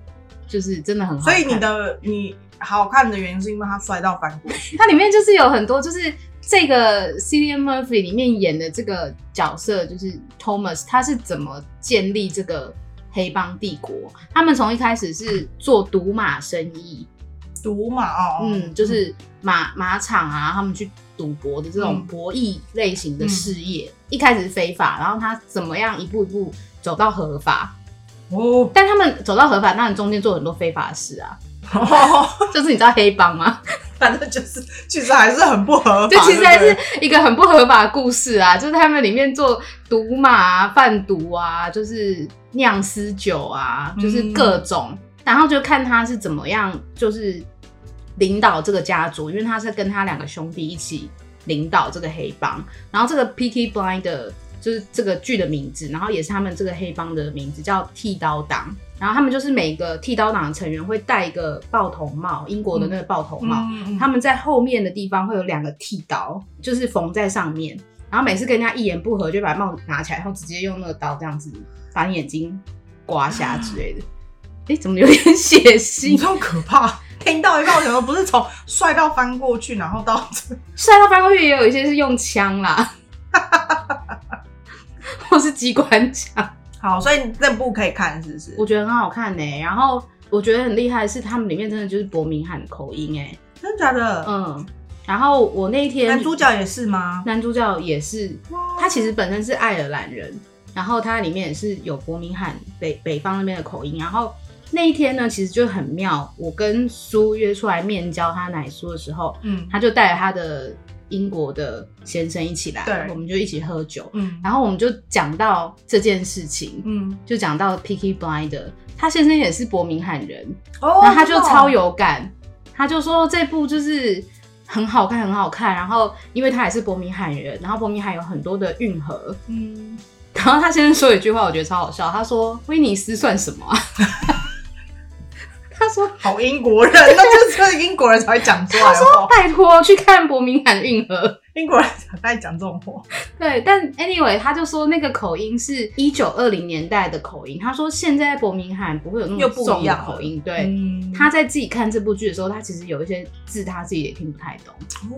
Speaker 2: 就是真的很好
Speaker 1: 所
Speaker 2: 看。
Speaker 1: 以你的你好看的原因是因为他帅到翻过去。
Speaker 2: 它里面就是有很多，就是这个 Cillian Murphy 里面演的这个角色，就是 Thomas，他是怎么建立这个黑帮帝国？他们从一开始是做赌马生意，
Speaker 1: 毒嘛哦，
Speaker 2: 嗯，就是马马场啊，他们去赌博的这种
Speaker 1: 嗯
Speaker 2: 博弈类型的事业，一开始是非法，然后他怎么样一步一步走到合法？
Speaker 1: 哦， (laughs)
Speaker 2: 但他们走到合法，当然中间做很多非法的事啊，
Speaker 1: 哦
Speaker 2: 就是你知道黑帮吗？
Speaker 1: 反正就是其实还是很不合法，
Speaker 2: 就其实还
Speaker 1: 对
Speaker 2: 是
Speaker 1: 不对
Speaker 2: 一个很不合法的故事啊，就是他们里面做赌马啊、贩毒啊，就是酿私酒啊，
Speaker 1: 嗯
Speaker 2: 就是各种，然后就看他是怎么样，就是领导这个家族，因为他是跟他两个兄弟一起领导这个黑帮，然后这个 PT Blind 的就是这个剧的名字，然后也是他们这个黑帮的名字叫剃刀党。然后他们就是每个剃刀党的成员会戴一个豹头帽，英国的那个豹头帽，
Speaker 1: 嗯
Speaker 2: 他们在后面的地方会有两个剃刀，就是缝在上面。然后每次跟人家一言不合，就把帽子拿起来，然后直接用那个刀这样子把你眼睛刮瞎之类的。哎、怎么有点血
Speaker 1: 你
Speaker 2: 腥？
Speaker 1: 这么可怕。听到一半，我想说不是从帅到翻过去，然后到这
Speaker 2: 帅到翻过去也有一些是用枪啦，或是机关枪，
Speaker 1: 好，所以这部可以看是不是？
Speaker 2: 我觉得很好看呢、然后我觉得很厉害的是，他们里面真的就是伯明翰口音哎、
Speaker 1: 真的假的？
Speaker 2: 嗯。然后我那天
Speaker 1: 男主角也是吗？
Speaker 2: 男主角也是
Speaker 1: 哇
Speaker 2: 他其实本身是爱尔兰人，然后他里面也是有伯明翰北北方那边的口音。然后那一天呢，其实就很妙，我跟苏约出来面交他奶酥的时候，
Speaker 1: 嗯
Speaker 2: 他就带了他的英国的先生一起来，
Speaker 1: 对
Speaker 2: 我们就一起喝酒，
Speaker 1: 嗯
Speaker 2: 然后我们就讲到这件事情，
Speaker 1: 嗯
Speaker 2: 就讲到 Picky Blinder，他先生也是伯明翰人，
Speaker 1: 哦
Speaker 2: 然后他就超
Speaker 1: 有
Speaker 2: 有感，他就说这部就是很好看，很好看。然后因为他也是伯明翰人，然后伯明翰有很多的运河。
Speaker 1: 嗯，
Speaker 2: 然后他先生说一句话，我觉得超好笑，他说：“威尼斯算什么啊？” (laughs) 他说
Speaker 1: 好英国人， (laughs) 那就是英国人才会讲出来哦：“。
Speaker 2: 拜托，去看伯明翰运河。
Speaker 1: 英国人才爱讲这种话。”
Speaker 2: 对，但 anyway，他就说那个口音是一九二零年代的口音。他说现在伯明翰不会有那
Speaker 1: 又
Speaker 2: 么
Speaker 1: 不一
Speaker 2: 重的
Speaker 1: 样了
Speaker 2: 口音。对，
Speaker 1: 嗯
Speaker 2: 他在自己看这部剧的时候，他其实有一些字他自己也听不太懂。
Speaker 1: 哦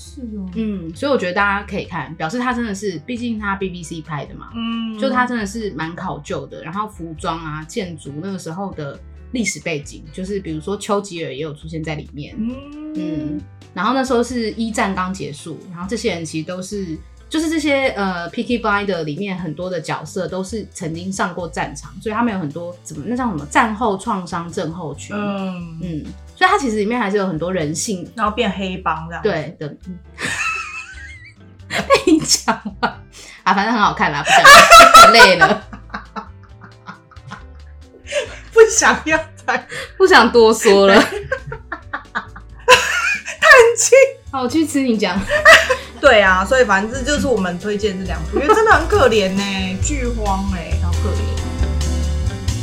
Speaker 1: 是哦，
Speaker 2: 嗯，所以我觉得大家可以看，表示他真的是，毕竟他 BBC 拍的嘛，
Speaker 1: 嗯
Speaker 2: 就他真的是蛮考究的。然后服装啊、建筑那个时候的历史背景，就是比如说丘吉尔也有出现在里面。嗯
Speaker 1: 嗯，
Speaker 2: 然后那时候是一战刚结束，然后这些人其实都是，就是这些呃《Picky Blind》里面很多的角色都是曾经上过战场，所以他们有很多怎么那叫什么战后创伤症候群。
Speaker 1: 嗯
Speaker 2: 嗯，所以它其实里面还是有很多人性
Speaker 1: 然后变黑帮这样，，
Speaker 2: 对 (laughs) 的，嗯被你讲完啊，反正很好看啦，不讲了，很累 (laughs) 了，
Speaker 1: 不想要再 (laughs)
Speaker 2: (laughs) 不想多说了。
Speaker 1: 亲
Speaker 2: 好，我去吃你讲。
Speaker 1: 对啊，所以反正这就是我们推荐这两部，因为真的很可怜呢、剧荒哎、好可怜。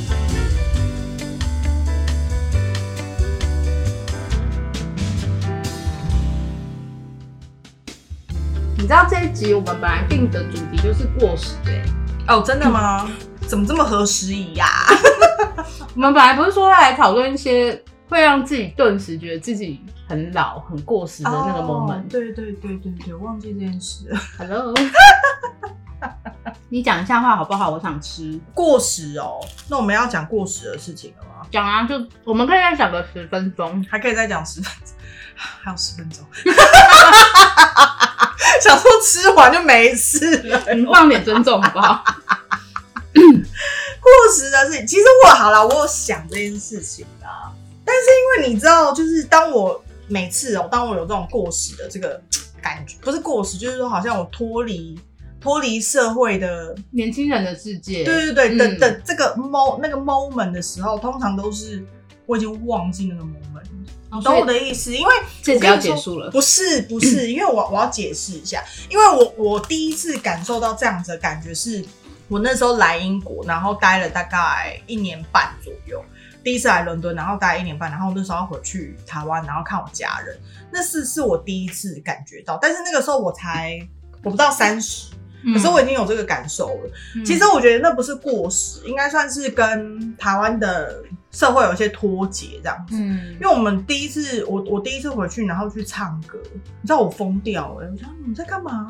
Speaker 2: 你知道这一集我们本来定的主题就是过时哎、
Speaker 1: 哦，真的
Speaker 2: (laughs)
Speaker 1: 吗？怎么这么合时宜呀、
Speaker 2: 我们本来不是说要来讨论一些会让自己顿时觉得自己很老、很过时的那个 moment。
Speaker 1: 哦对对对对对，忘记这件事了。
Speaker 2: (laughs) Hello，你讲一下话好不好？我想吃。
Speaker 1: (laughs) 过时哦，那我们要讲过时的事情了吗？
Speaker 2: 讲啊，就我们可以再讲个十分钟。
Speaker 1: 还可以再讲十分钟，还有十分钟。 (laughs) 想说吃完就没事了。 (laughs)
Speaker 2: 你放点尊重好不好？ (laughs)
Speaker 1: 过时的事情，其实我好了，我有想这件事情啊，但是因为你知道，就是当我每次哦、当我有这种过时的这个感觉，不是过时，就是说好像我脱离脱离社会的
Speaker 2: 年轻人的世界，
Speaker 1: 对对对的
Speaker 2: 嗯
Speaker 1: 的这个 mo 那个 moment 的时候，通常都是我已经忘记那个 moment，
Speaker 2: 哦，
Speaker 1: 你
Speaker 2: 所
Speaker 1: 懂
Speaker 2: 以
Speaker 1: 我的意思？因为
Speaker 2: 这
Speaker 1: 我
Speaker 2: 集
Speaker 1: 跟
Speaker 2: 要
Speaker 1: 你说
Speaker 2: 结束了。
Speaker 1: 不是不是，因为我我要解释一下，因为我我第一次感受到这样子的感觉是，我那时候来英国，然后待了大概一年半左右。第一次来伦敦，然后待一年半，然后那时候要回去台湾，然后看我家人，那是是我第一次感觉到，但是那个时候我才我不到三十，可是我已经有这个感受了。
Speaker 2: 嗯
Speaker 1: 其实我觉得那不是过时，应该算是跟台湾的社会有一些脱节这样子。
Speaker 2: 嗯
Speaker 1: 因，为我们第一次，我我第一次回去，然后去唱歌，你知道我疯掉哎、欸！我想你们在干嘛、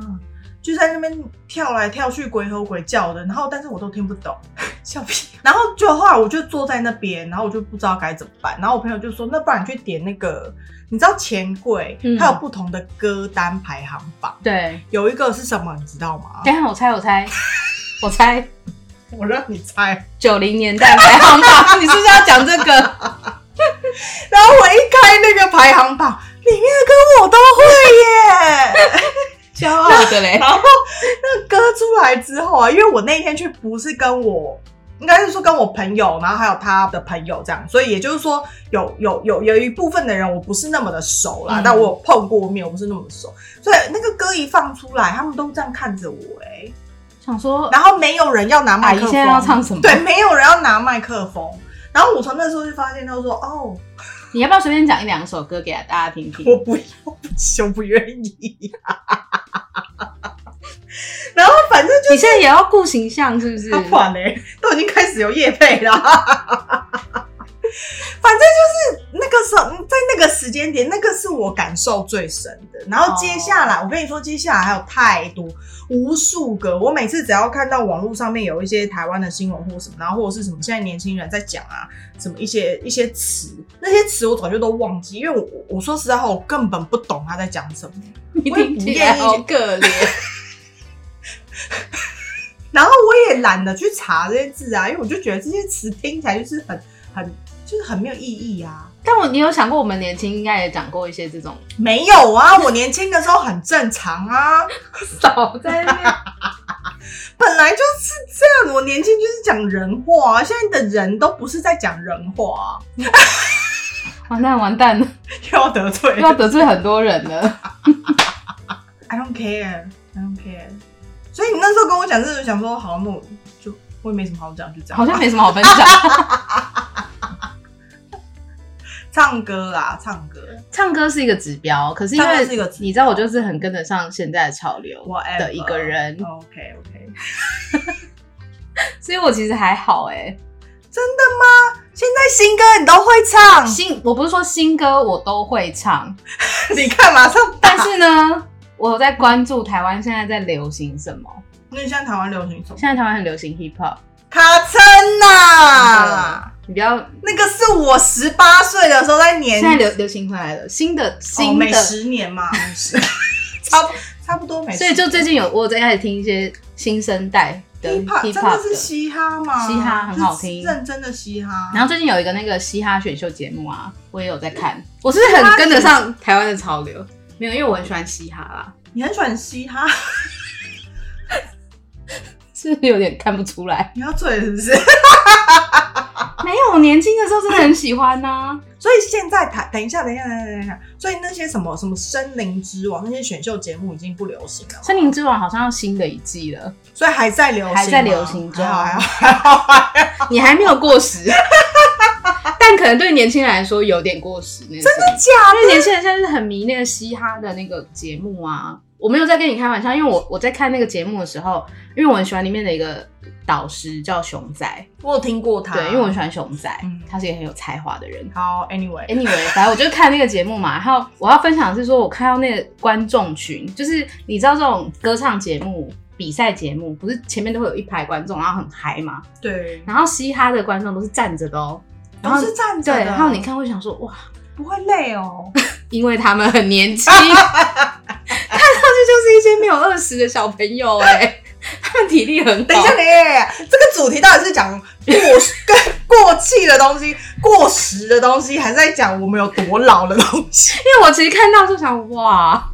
Speaker 1: 就在那边跳来跳去，鬼吼鬼叫的，然后但是我都听不懂， (laughs) 笑屁。然后就后来我就坐在那边，然后我就不知道该怎么办。然后我朋友就说，那不然你去点那个，你知道钱柜
Speaker 2: 嗯
Speaker 1: 它有不同的歌单排行榜，
Speaker 2: 对。
Speaker 1: 有一个是什么你知道吗？ (laughs)
Speaker 2: 等一下我猜，我猜，我猜
Speaker 1: 我让你猜。
Speaker 2: 九零年
Speaker 1: (laughs)
Speaker 2: 代排行榜，你是不是要讲这 (laughs) 个？
Speaker 1: 然后我一开那个排行榜，里面的歌我都会耶。
Speaker 2: 骄傲
Speaker 1: (laughs)
Speaker 2: 的嘞
Speaker 1: 然，后那歌出来之后啊，因为我那天去不是跟我，应该是说跟我朋友，然后还有他的朋友这样，所以也就是说有有有有一部分的人我不是那么的熟啦，
Speaker 2: 嗯
Speaker 1: 但我有碰过面，我不是那么熟，所以那个歌一放出来，他们都这样看着我哎、
Speaker 2: 想说
Speaker 1: 然后没有人要拿
Speaker 2: 阿
Speaker 1: 麦
Speaker 2: 姨
Speaker 1: 克风，
Speaker 2: 哎现在要唱什么？
Speaker 1: 对，没有人要拿麦克风。然后我从那时候就发现，他说：“哦，
Speaker 2: 你要不要随便讲一两首歌给大家听听？
Speaker 1: 我不要，我不行，我不愿意。”然后反正就
Speaker 2: 你现在也要顾形象是不是？
Speaker 1: 他款嘞， (laughs) 都已经开始有业配了。 (laughs) 反正就是那个时候，嗯在那个时间点，那个是我感受最深的。然后接下
Speaker 2: 哦
Speaker 1: 来，我跟你说，接下来还有太多无数个。我每次只要看到网络上面有一些台湾的新闻或什么，然后或者是什么现在年轻人在讲啊，什么一些一些词，那些词我早就都忘记，因为我我说实在话，我根本不懂他在讲什么。
Speaker 2: 你
Speaker 1: 我也
Speaker 2: (laughs) 听
Speaker 1: 不
Speaker 2: 起
Speaker 1: 愿
Speaker 2: 来
Speaker 1: 意
Speaker 2: 好
Speaker 1: (laughs)
Speaker 2: 可怜。
Speaker 1: 然后我也懒得去查这些字啊，因为我就觉得这些词听起来就是很很就是很没有意义啊。
Speaker 2: 但我你有想过，我们年轻应该也讲过一些这种
Speaker 1: 没有啊，我年轻的时候很正常啊， (laughs)
Speaker 2: 少在那边。
Speaker 1: 本来就是这样。我年轻就是讲人话、啊，现在的人都不是在讲人话、啊， (laughs)
Speaker 2: 完蛋完蛋了，
Speaker 1: 又要得罪
Speaker 2: 又。要得罪很多人了。
Speaker 1: I don't care, I don't care。所以你那时候跟我讲这个，想说好，那我就我也没什么好讲，就这样吧。啊
Speaker 2: 好像没什么好分享。
Speaker 1: 唱歌啦，唱歌
Speaker 2: 唱歌是一个指标，可是因
Speaker 1: 唱歌是一个
Speaker 2: 为
Speaker 1: 指标
Speaker 2: 你知道，我就是很跟得上现在的潮流
Speaker 1: 我
Speaker 2: 的一个人，
Speaker 1: OK OK。
Speaker 2: 所以我其实还好哎、
Speaker 1: 现在新歌你都会唱，
Speaker 2: 新我不是说新歌我都会唱，
Speaker 1: (laughs) 你看马上打
Speaker 2: 但
Speaker 1: (laughs)
Speaker 2: 是呢，我有在关注台湾现在在流行什么。
Speaker 1: 那你现在台湾流行什么？
Speaker 2: 现在台湾很流行 hip hop，
Speaker 1: 卡称呐、
Speaker 2: 你不要
Speaker 1: 那个是我十八岁的时候在年
Speaker 2: 现在流流行回来了，新的
Speaker 1: 哦、
Speaker 2: 新
Speaker 1: 每
Speaker 2: 的，
Speaker 1: 十年嘛，每 (laughs) 十差不差不多每十
Speaker 2: 所以就最近有我有在开始听一些新生代的
Speaker 1: hip hop
Speaker 2: hip
Speaker 1: 真的
Speaker 2: hop
Speaker 1: 是
Speaker 2: 的。
Speaker 1: 嘻哈嘛，
Speaker 2: 嘻哈很好听
Speaker 1: 是认真的嘻哈。
Speaker 2: 然后最近有一个那个嘻哈选秀节目啊，我也有在看，我是很跟得上台湾的潮流，没有，因为我很喜欢嘻哈啦，
Speaker 1: 你很喜欢嘻哈， (laughs)
Speaker 2: 是不是有点看不出来？
Speaker 1: 你要醉是不是？
Speaker 2: 没有，我年轻的时候真的很喜欢呐、
Speaker 1: (laughs) 所以现在台，等一下，等一下，等一下，等一下。所以那些什么什么森林之王那些选秀节目已经不流行了嘛，
Speaker 2: 森林之王》好像要新的一季了，
Speaker 1: 所以还在流行吗，
Speaker 2: 还在流行中
Speaker 1: 还好，还好，还好，还好。
Speaker 2: 你还没有过 (laughs) 时，但可能对年轻人来说有点过时。真的，
Speaker 1: 假
Speaker 2: 因为年轻人现在是很迷那个嘻哈的那个节目啊。我没有在跟你开玩笑，因为我我在看那个节目的时候，因为我很喜欢里面的一个导师叫熊仔，
Speaker 1: 我有听过他，
Speaker 2: 对，因为我很喜欢熊仔，
Speaker 1: 嗯
Speaker 2: 他是一个很有才华的人。
Speaker 1: 好，anyway，
Speaker 2: Anyway，反正我就看那个节目嘛，然后我要分享的是说，我看到那个观众群，就是你知道这种歌唱节目、比赛节目，不是前面都会有一排观众，然后很嗨嘛，
Speaker 1: 对，
Speaker 2: 然后嘻哈的观众都是站着的哦，然
Speaker 1: 都
Speaker 2: 后
Speaker 1: 是站着
Speaker 2: 对，
Speaker 1: 的，哦
Speaker 2: 然后你看会想说哇，
Speaker 1: 不会累
Speaker 2: (laughs)
Speaker 1: 哦，
Speaker 2: 因为他们很年轻，看 (laughs) 上去就是一些没有二十的小朋友哎、 (laughs) 他们体力很好。
Speaker 1: 等一下，等一下，这个主题到底是讲过跟过气的东西、过时的东西，还是在讲我们有多老的东西？ (laughs)
Speaker 2: 因为我其实看到就想 (laughs) 哇，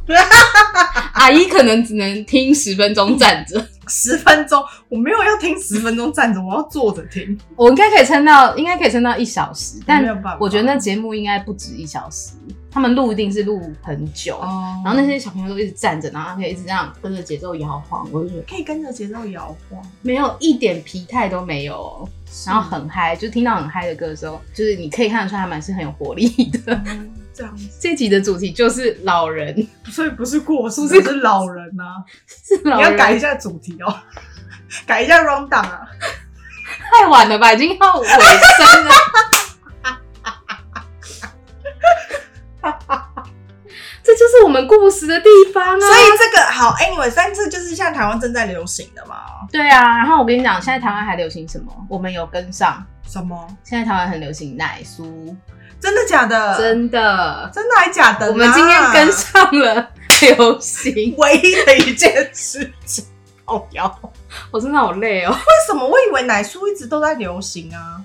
Speaker 2: 阿姨可能只能听十分钟站着。
Speaker 1: 十分钟，我没有要听十分钟站着，我要坐着听。
Speaker 2: 我应该可以撑到，应该可以撑到一小时，但
Speaker 1: 没有办法
Speaker 2: 我觉得那节目应该不止一小时，他们录一定是录很久。
Speaker 1: 哦
Speaker 2: 然后那些小朋友都一直站着，然后他可以一直这样跟着节奏摇晃，我就觉得
Speaker 1: 可以跟着节奏摇晃，
Speaker 2: 没有一点疲态都没有哦、然后很嗨，就听到很嗨的歌的时候，就是你可以看得出他们是很有活力
Speaker 1: (laughs)
Speaker 2: (laughs) 的。
Speaker 1: 嗯这样子，
Speaker 2: 这集的主题就是老人，
Speaker 1: 所以不是过时，是是老人啊。
Speaker 2: 是老
Speaker 1: 你
Speaker 2: 人。
Speaker 1: 要改一下主题哦， (laughs) 改一下 round down 啊。
Speaker 2: 太晚了吧，已经要尾声了。 (laughs) 这就是我们过时的地方啊！
Speaker 1: 所以这个好，anyway，三次就是现在台湾正在流行的嘛。
Speaker 2: 对啊，然后我跟你讲，现在台湾还流行什么？我们有跟上。
Speaker 1: 什么？
Speaker 2: 现在台湾很流行奶酥，
Speaker 1: 真的假的？
Speaker 2: 呃真的，
Speaker 1: 真的还假的啦？
Speaker 2: 我们今天跟上了流行。
Speaker 1: 唯一的一件事情。哦哟，为
Speaker 2: (laughs) 我真的好累哦，
Speaker 1: 什么？我以为奶酥一直都在流行啊，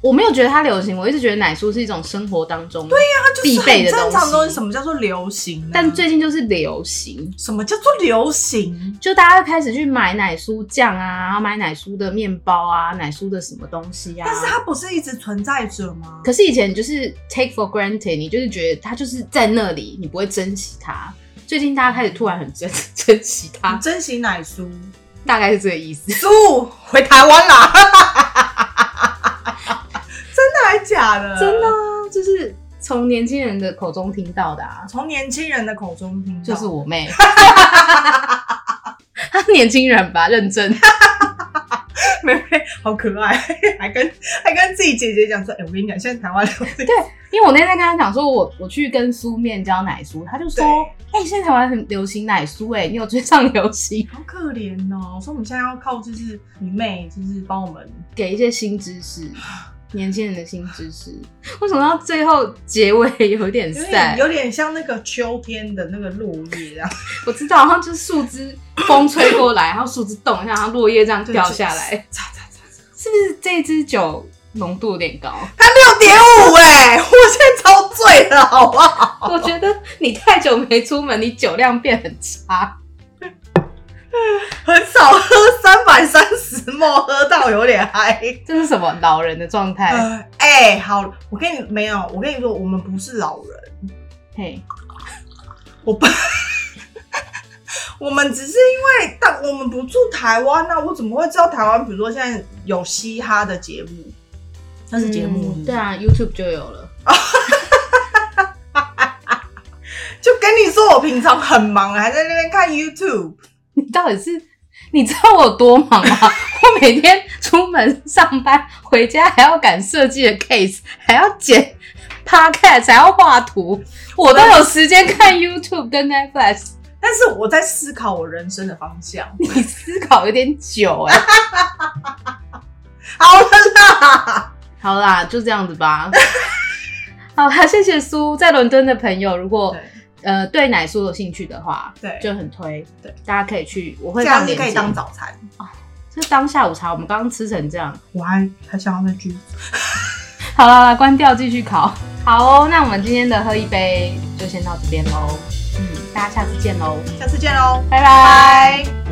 Speaker 2: 我没有觉得它流行，我一直觉得奶酥是一种生活当中对啊呀、
Speaker 1: 它就是
Speaker 2: 必备
Speaker 1: 很
Speaker 2: 的
Speaker 1: 正常的
Speaker 2: 东
Speaker 1: 东
Speaker 2: 西
Speaker 1: 西。什么叫做流行呢？
Speaker 2: 但最近就是流行，
Speaker 1: 什么叫做流行？
Speaker 2: 就大家开始去买奶酥酱啊，然后买奶酥的面包啊，奶酥的什么东西啊。
Speaker 1: 但是它不是一直存在着吗？
Speaker 2: 可是以前你就是 take for granted，你就是觉得它就是在那里，你不会珍惜它。最近大家开始突然很珍 (laughs) 珍惜它
Speaker 1: 你，珍惜奶酥，
Speaker 2: 大概是这个意思。
Speaker 1: 酥回台湾啦！ (laughs) 真的还假的？
Speaker 2: 真的、啊，就是从年轻人的口中听到的啊，
Speaker 1: 从年轻人的口中听到，
Speaker 2: 就是我 (laughs) 妹。她是年轻人吧，认真。
Speaker 1: 妹妹好可爱， (laughs) 还跟还跟自己姐姐讲说：“哎、我跟你讲，现在台湾流行
Speaker 2: 因为我那天在跟她讲说我，我去跟苏面教奶酥，她就说：“哎、现在台湾很流行奶酥、哎，你有追上流行？
Speaker 1: 好可怜哦。”我说：“我们现在要靠就是你妹，就是帮我们。
Speaker 2: 给一些新知识， (sighs) 年轻人的新知识。为什么到最后结尾有点”
Speaker 1: 有
Speaker 2: 散
Speaker 1: 点？有点像那个秋天的那个落叶这样
Speaker 2: 我知道，然后就是树枝风吹过来，然后树枝动一下，然后落叶这样
Speaker 1: 对
Speaker 2: 掉下
Speaker 1: 就
Speaker 2: 来，
Speaker 1: 擦擦擦擦，
Speaker 2: 是不是这支酒浓度有点
Speaker 1: (laughs)
Speaker 2: 高？
Speaker 1: 六点五哎，我现在超醉了，好不好？
Speaker 2: 我觉得你太久没出门，你酒量变很差。
Speaker 1: 很少喝三百三十沫，喝到有点嗨。
Speaker 2: 这是什么老人的状态？
Speaker 1: 呃哎、好，我跟你没有，我跟你说，我们不是老人。
Speaker 2: 嘿，
Speaker 1: 我爸， (laughs) 我们只是因为，但我们不住台湾啊，我怎么会知道台湾？比如说现在有嘻哈的节目，那是节目、
Speaker 2: 嗯对，啊，YouTube 就有了。
Speaker 1: 就跟你说，我平常很忙，还在那边看 YouTube。
Speaker 2: 你到底是？你知道我有多忙吗？ (laughs) 我每天出门上班，回家还要赶设计的 case，还要剪 podcast，还要画图，我都有时间看 YouTube 跟 Netflix。
Speaker 1: 但是我在思考我人生的方
Speaker 2: (laughs)
Speaker 1: 向。
Speaker 2: 你思考有点久哎、
Speaker 1: 好了啦，
Speaker 2: (laughs) 好啦，就这样子吧。 (laughs) 好啦，谢谢苏，在伦敦的朋友，如果
Speaker 1: 对，
Speaker 2: 呃对奶酥有兴趣的话，
Speaker 1: 对
Speaker 2: 就很推，
Speaker 1: 对，
Speaker 2: 大家可以去，我
Speaker 1: 这
Speaker 2: 会
Speaker 1: 样
Speaker 2: 放
Speaker 1: 子
Speaker 2: 链
Speaker 1: 可以
Speaker 2: 接。
Speaker 1: 当早餐。
Speaker 2: 这当下午茶，我们刚刚吃成这样，
Speaker 1: 我还还想要再去
Speaker 2: 好啦好啦，关掉，继续考。 (laughs) 好哦，那我们今天的喝一杯就先到这边喽。嗯，大家下次见喽，
Speaker 1: 下次见喽，
Speaker 2: 拜拜。
Speaker 1: 拜。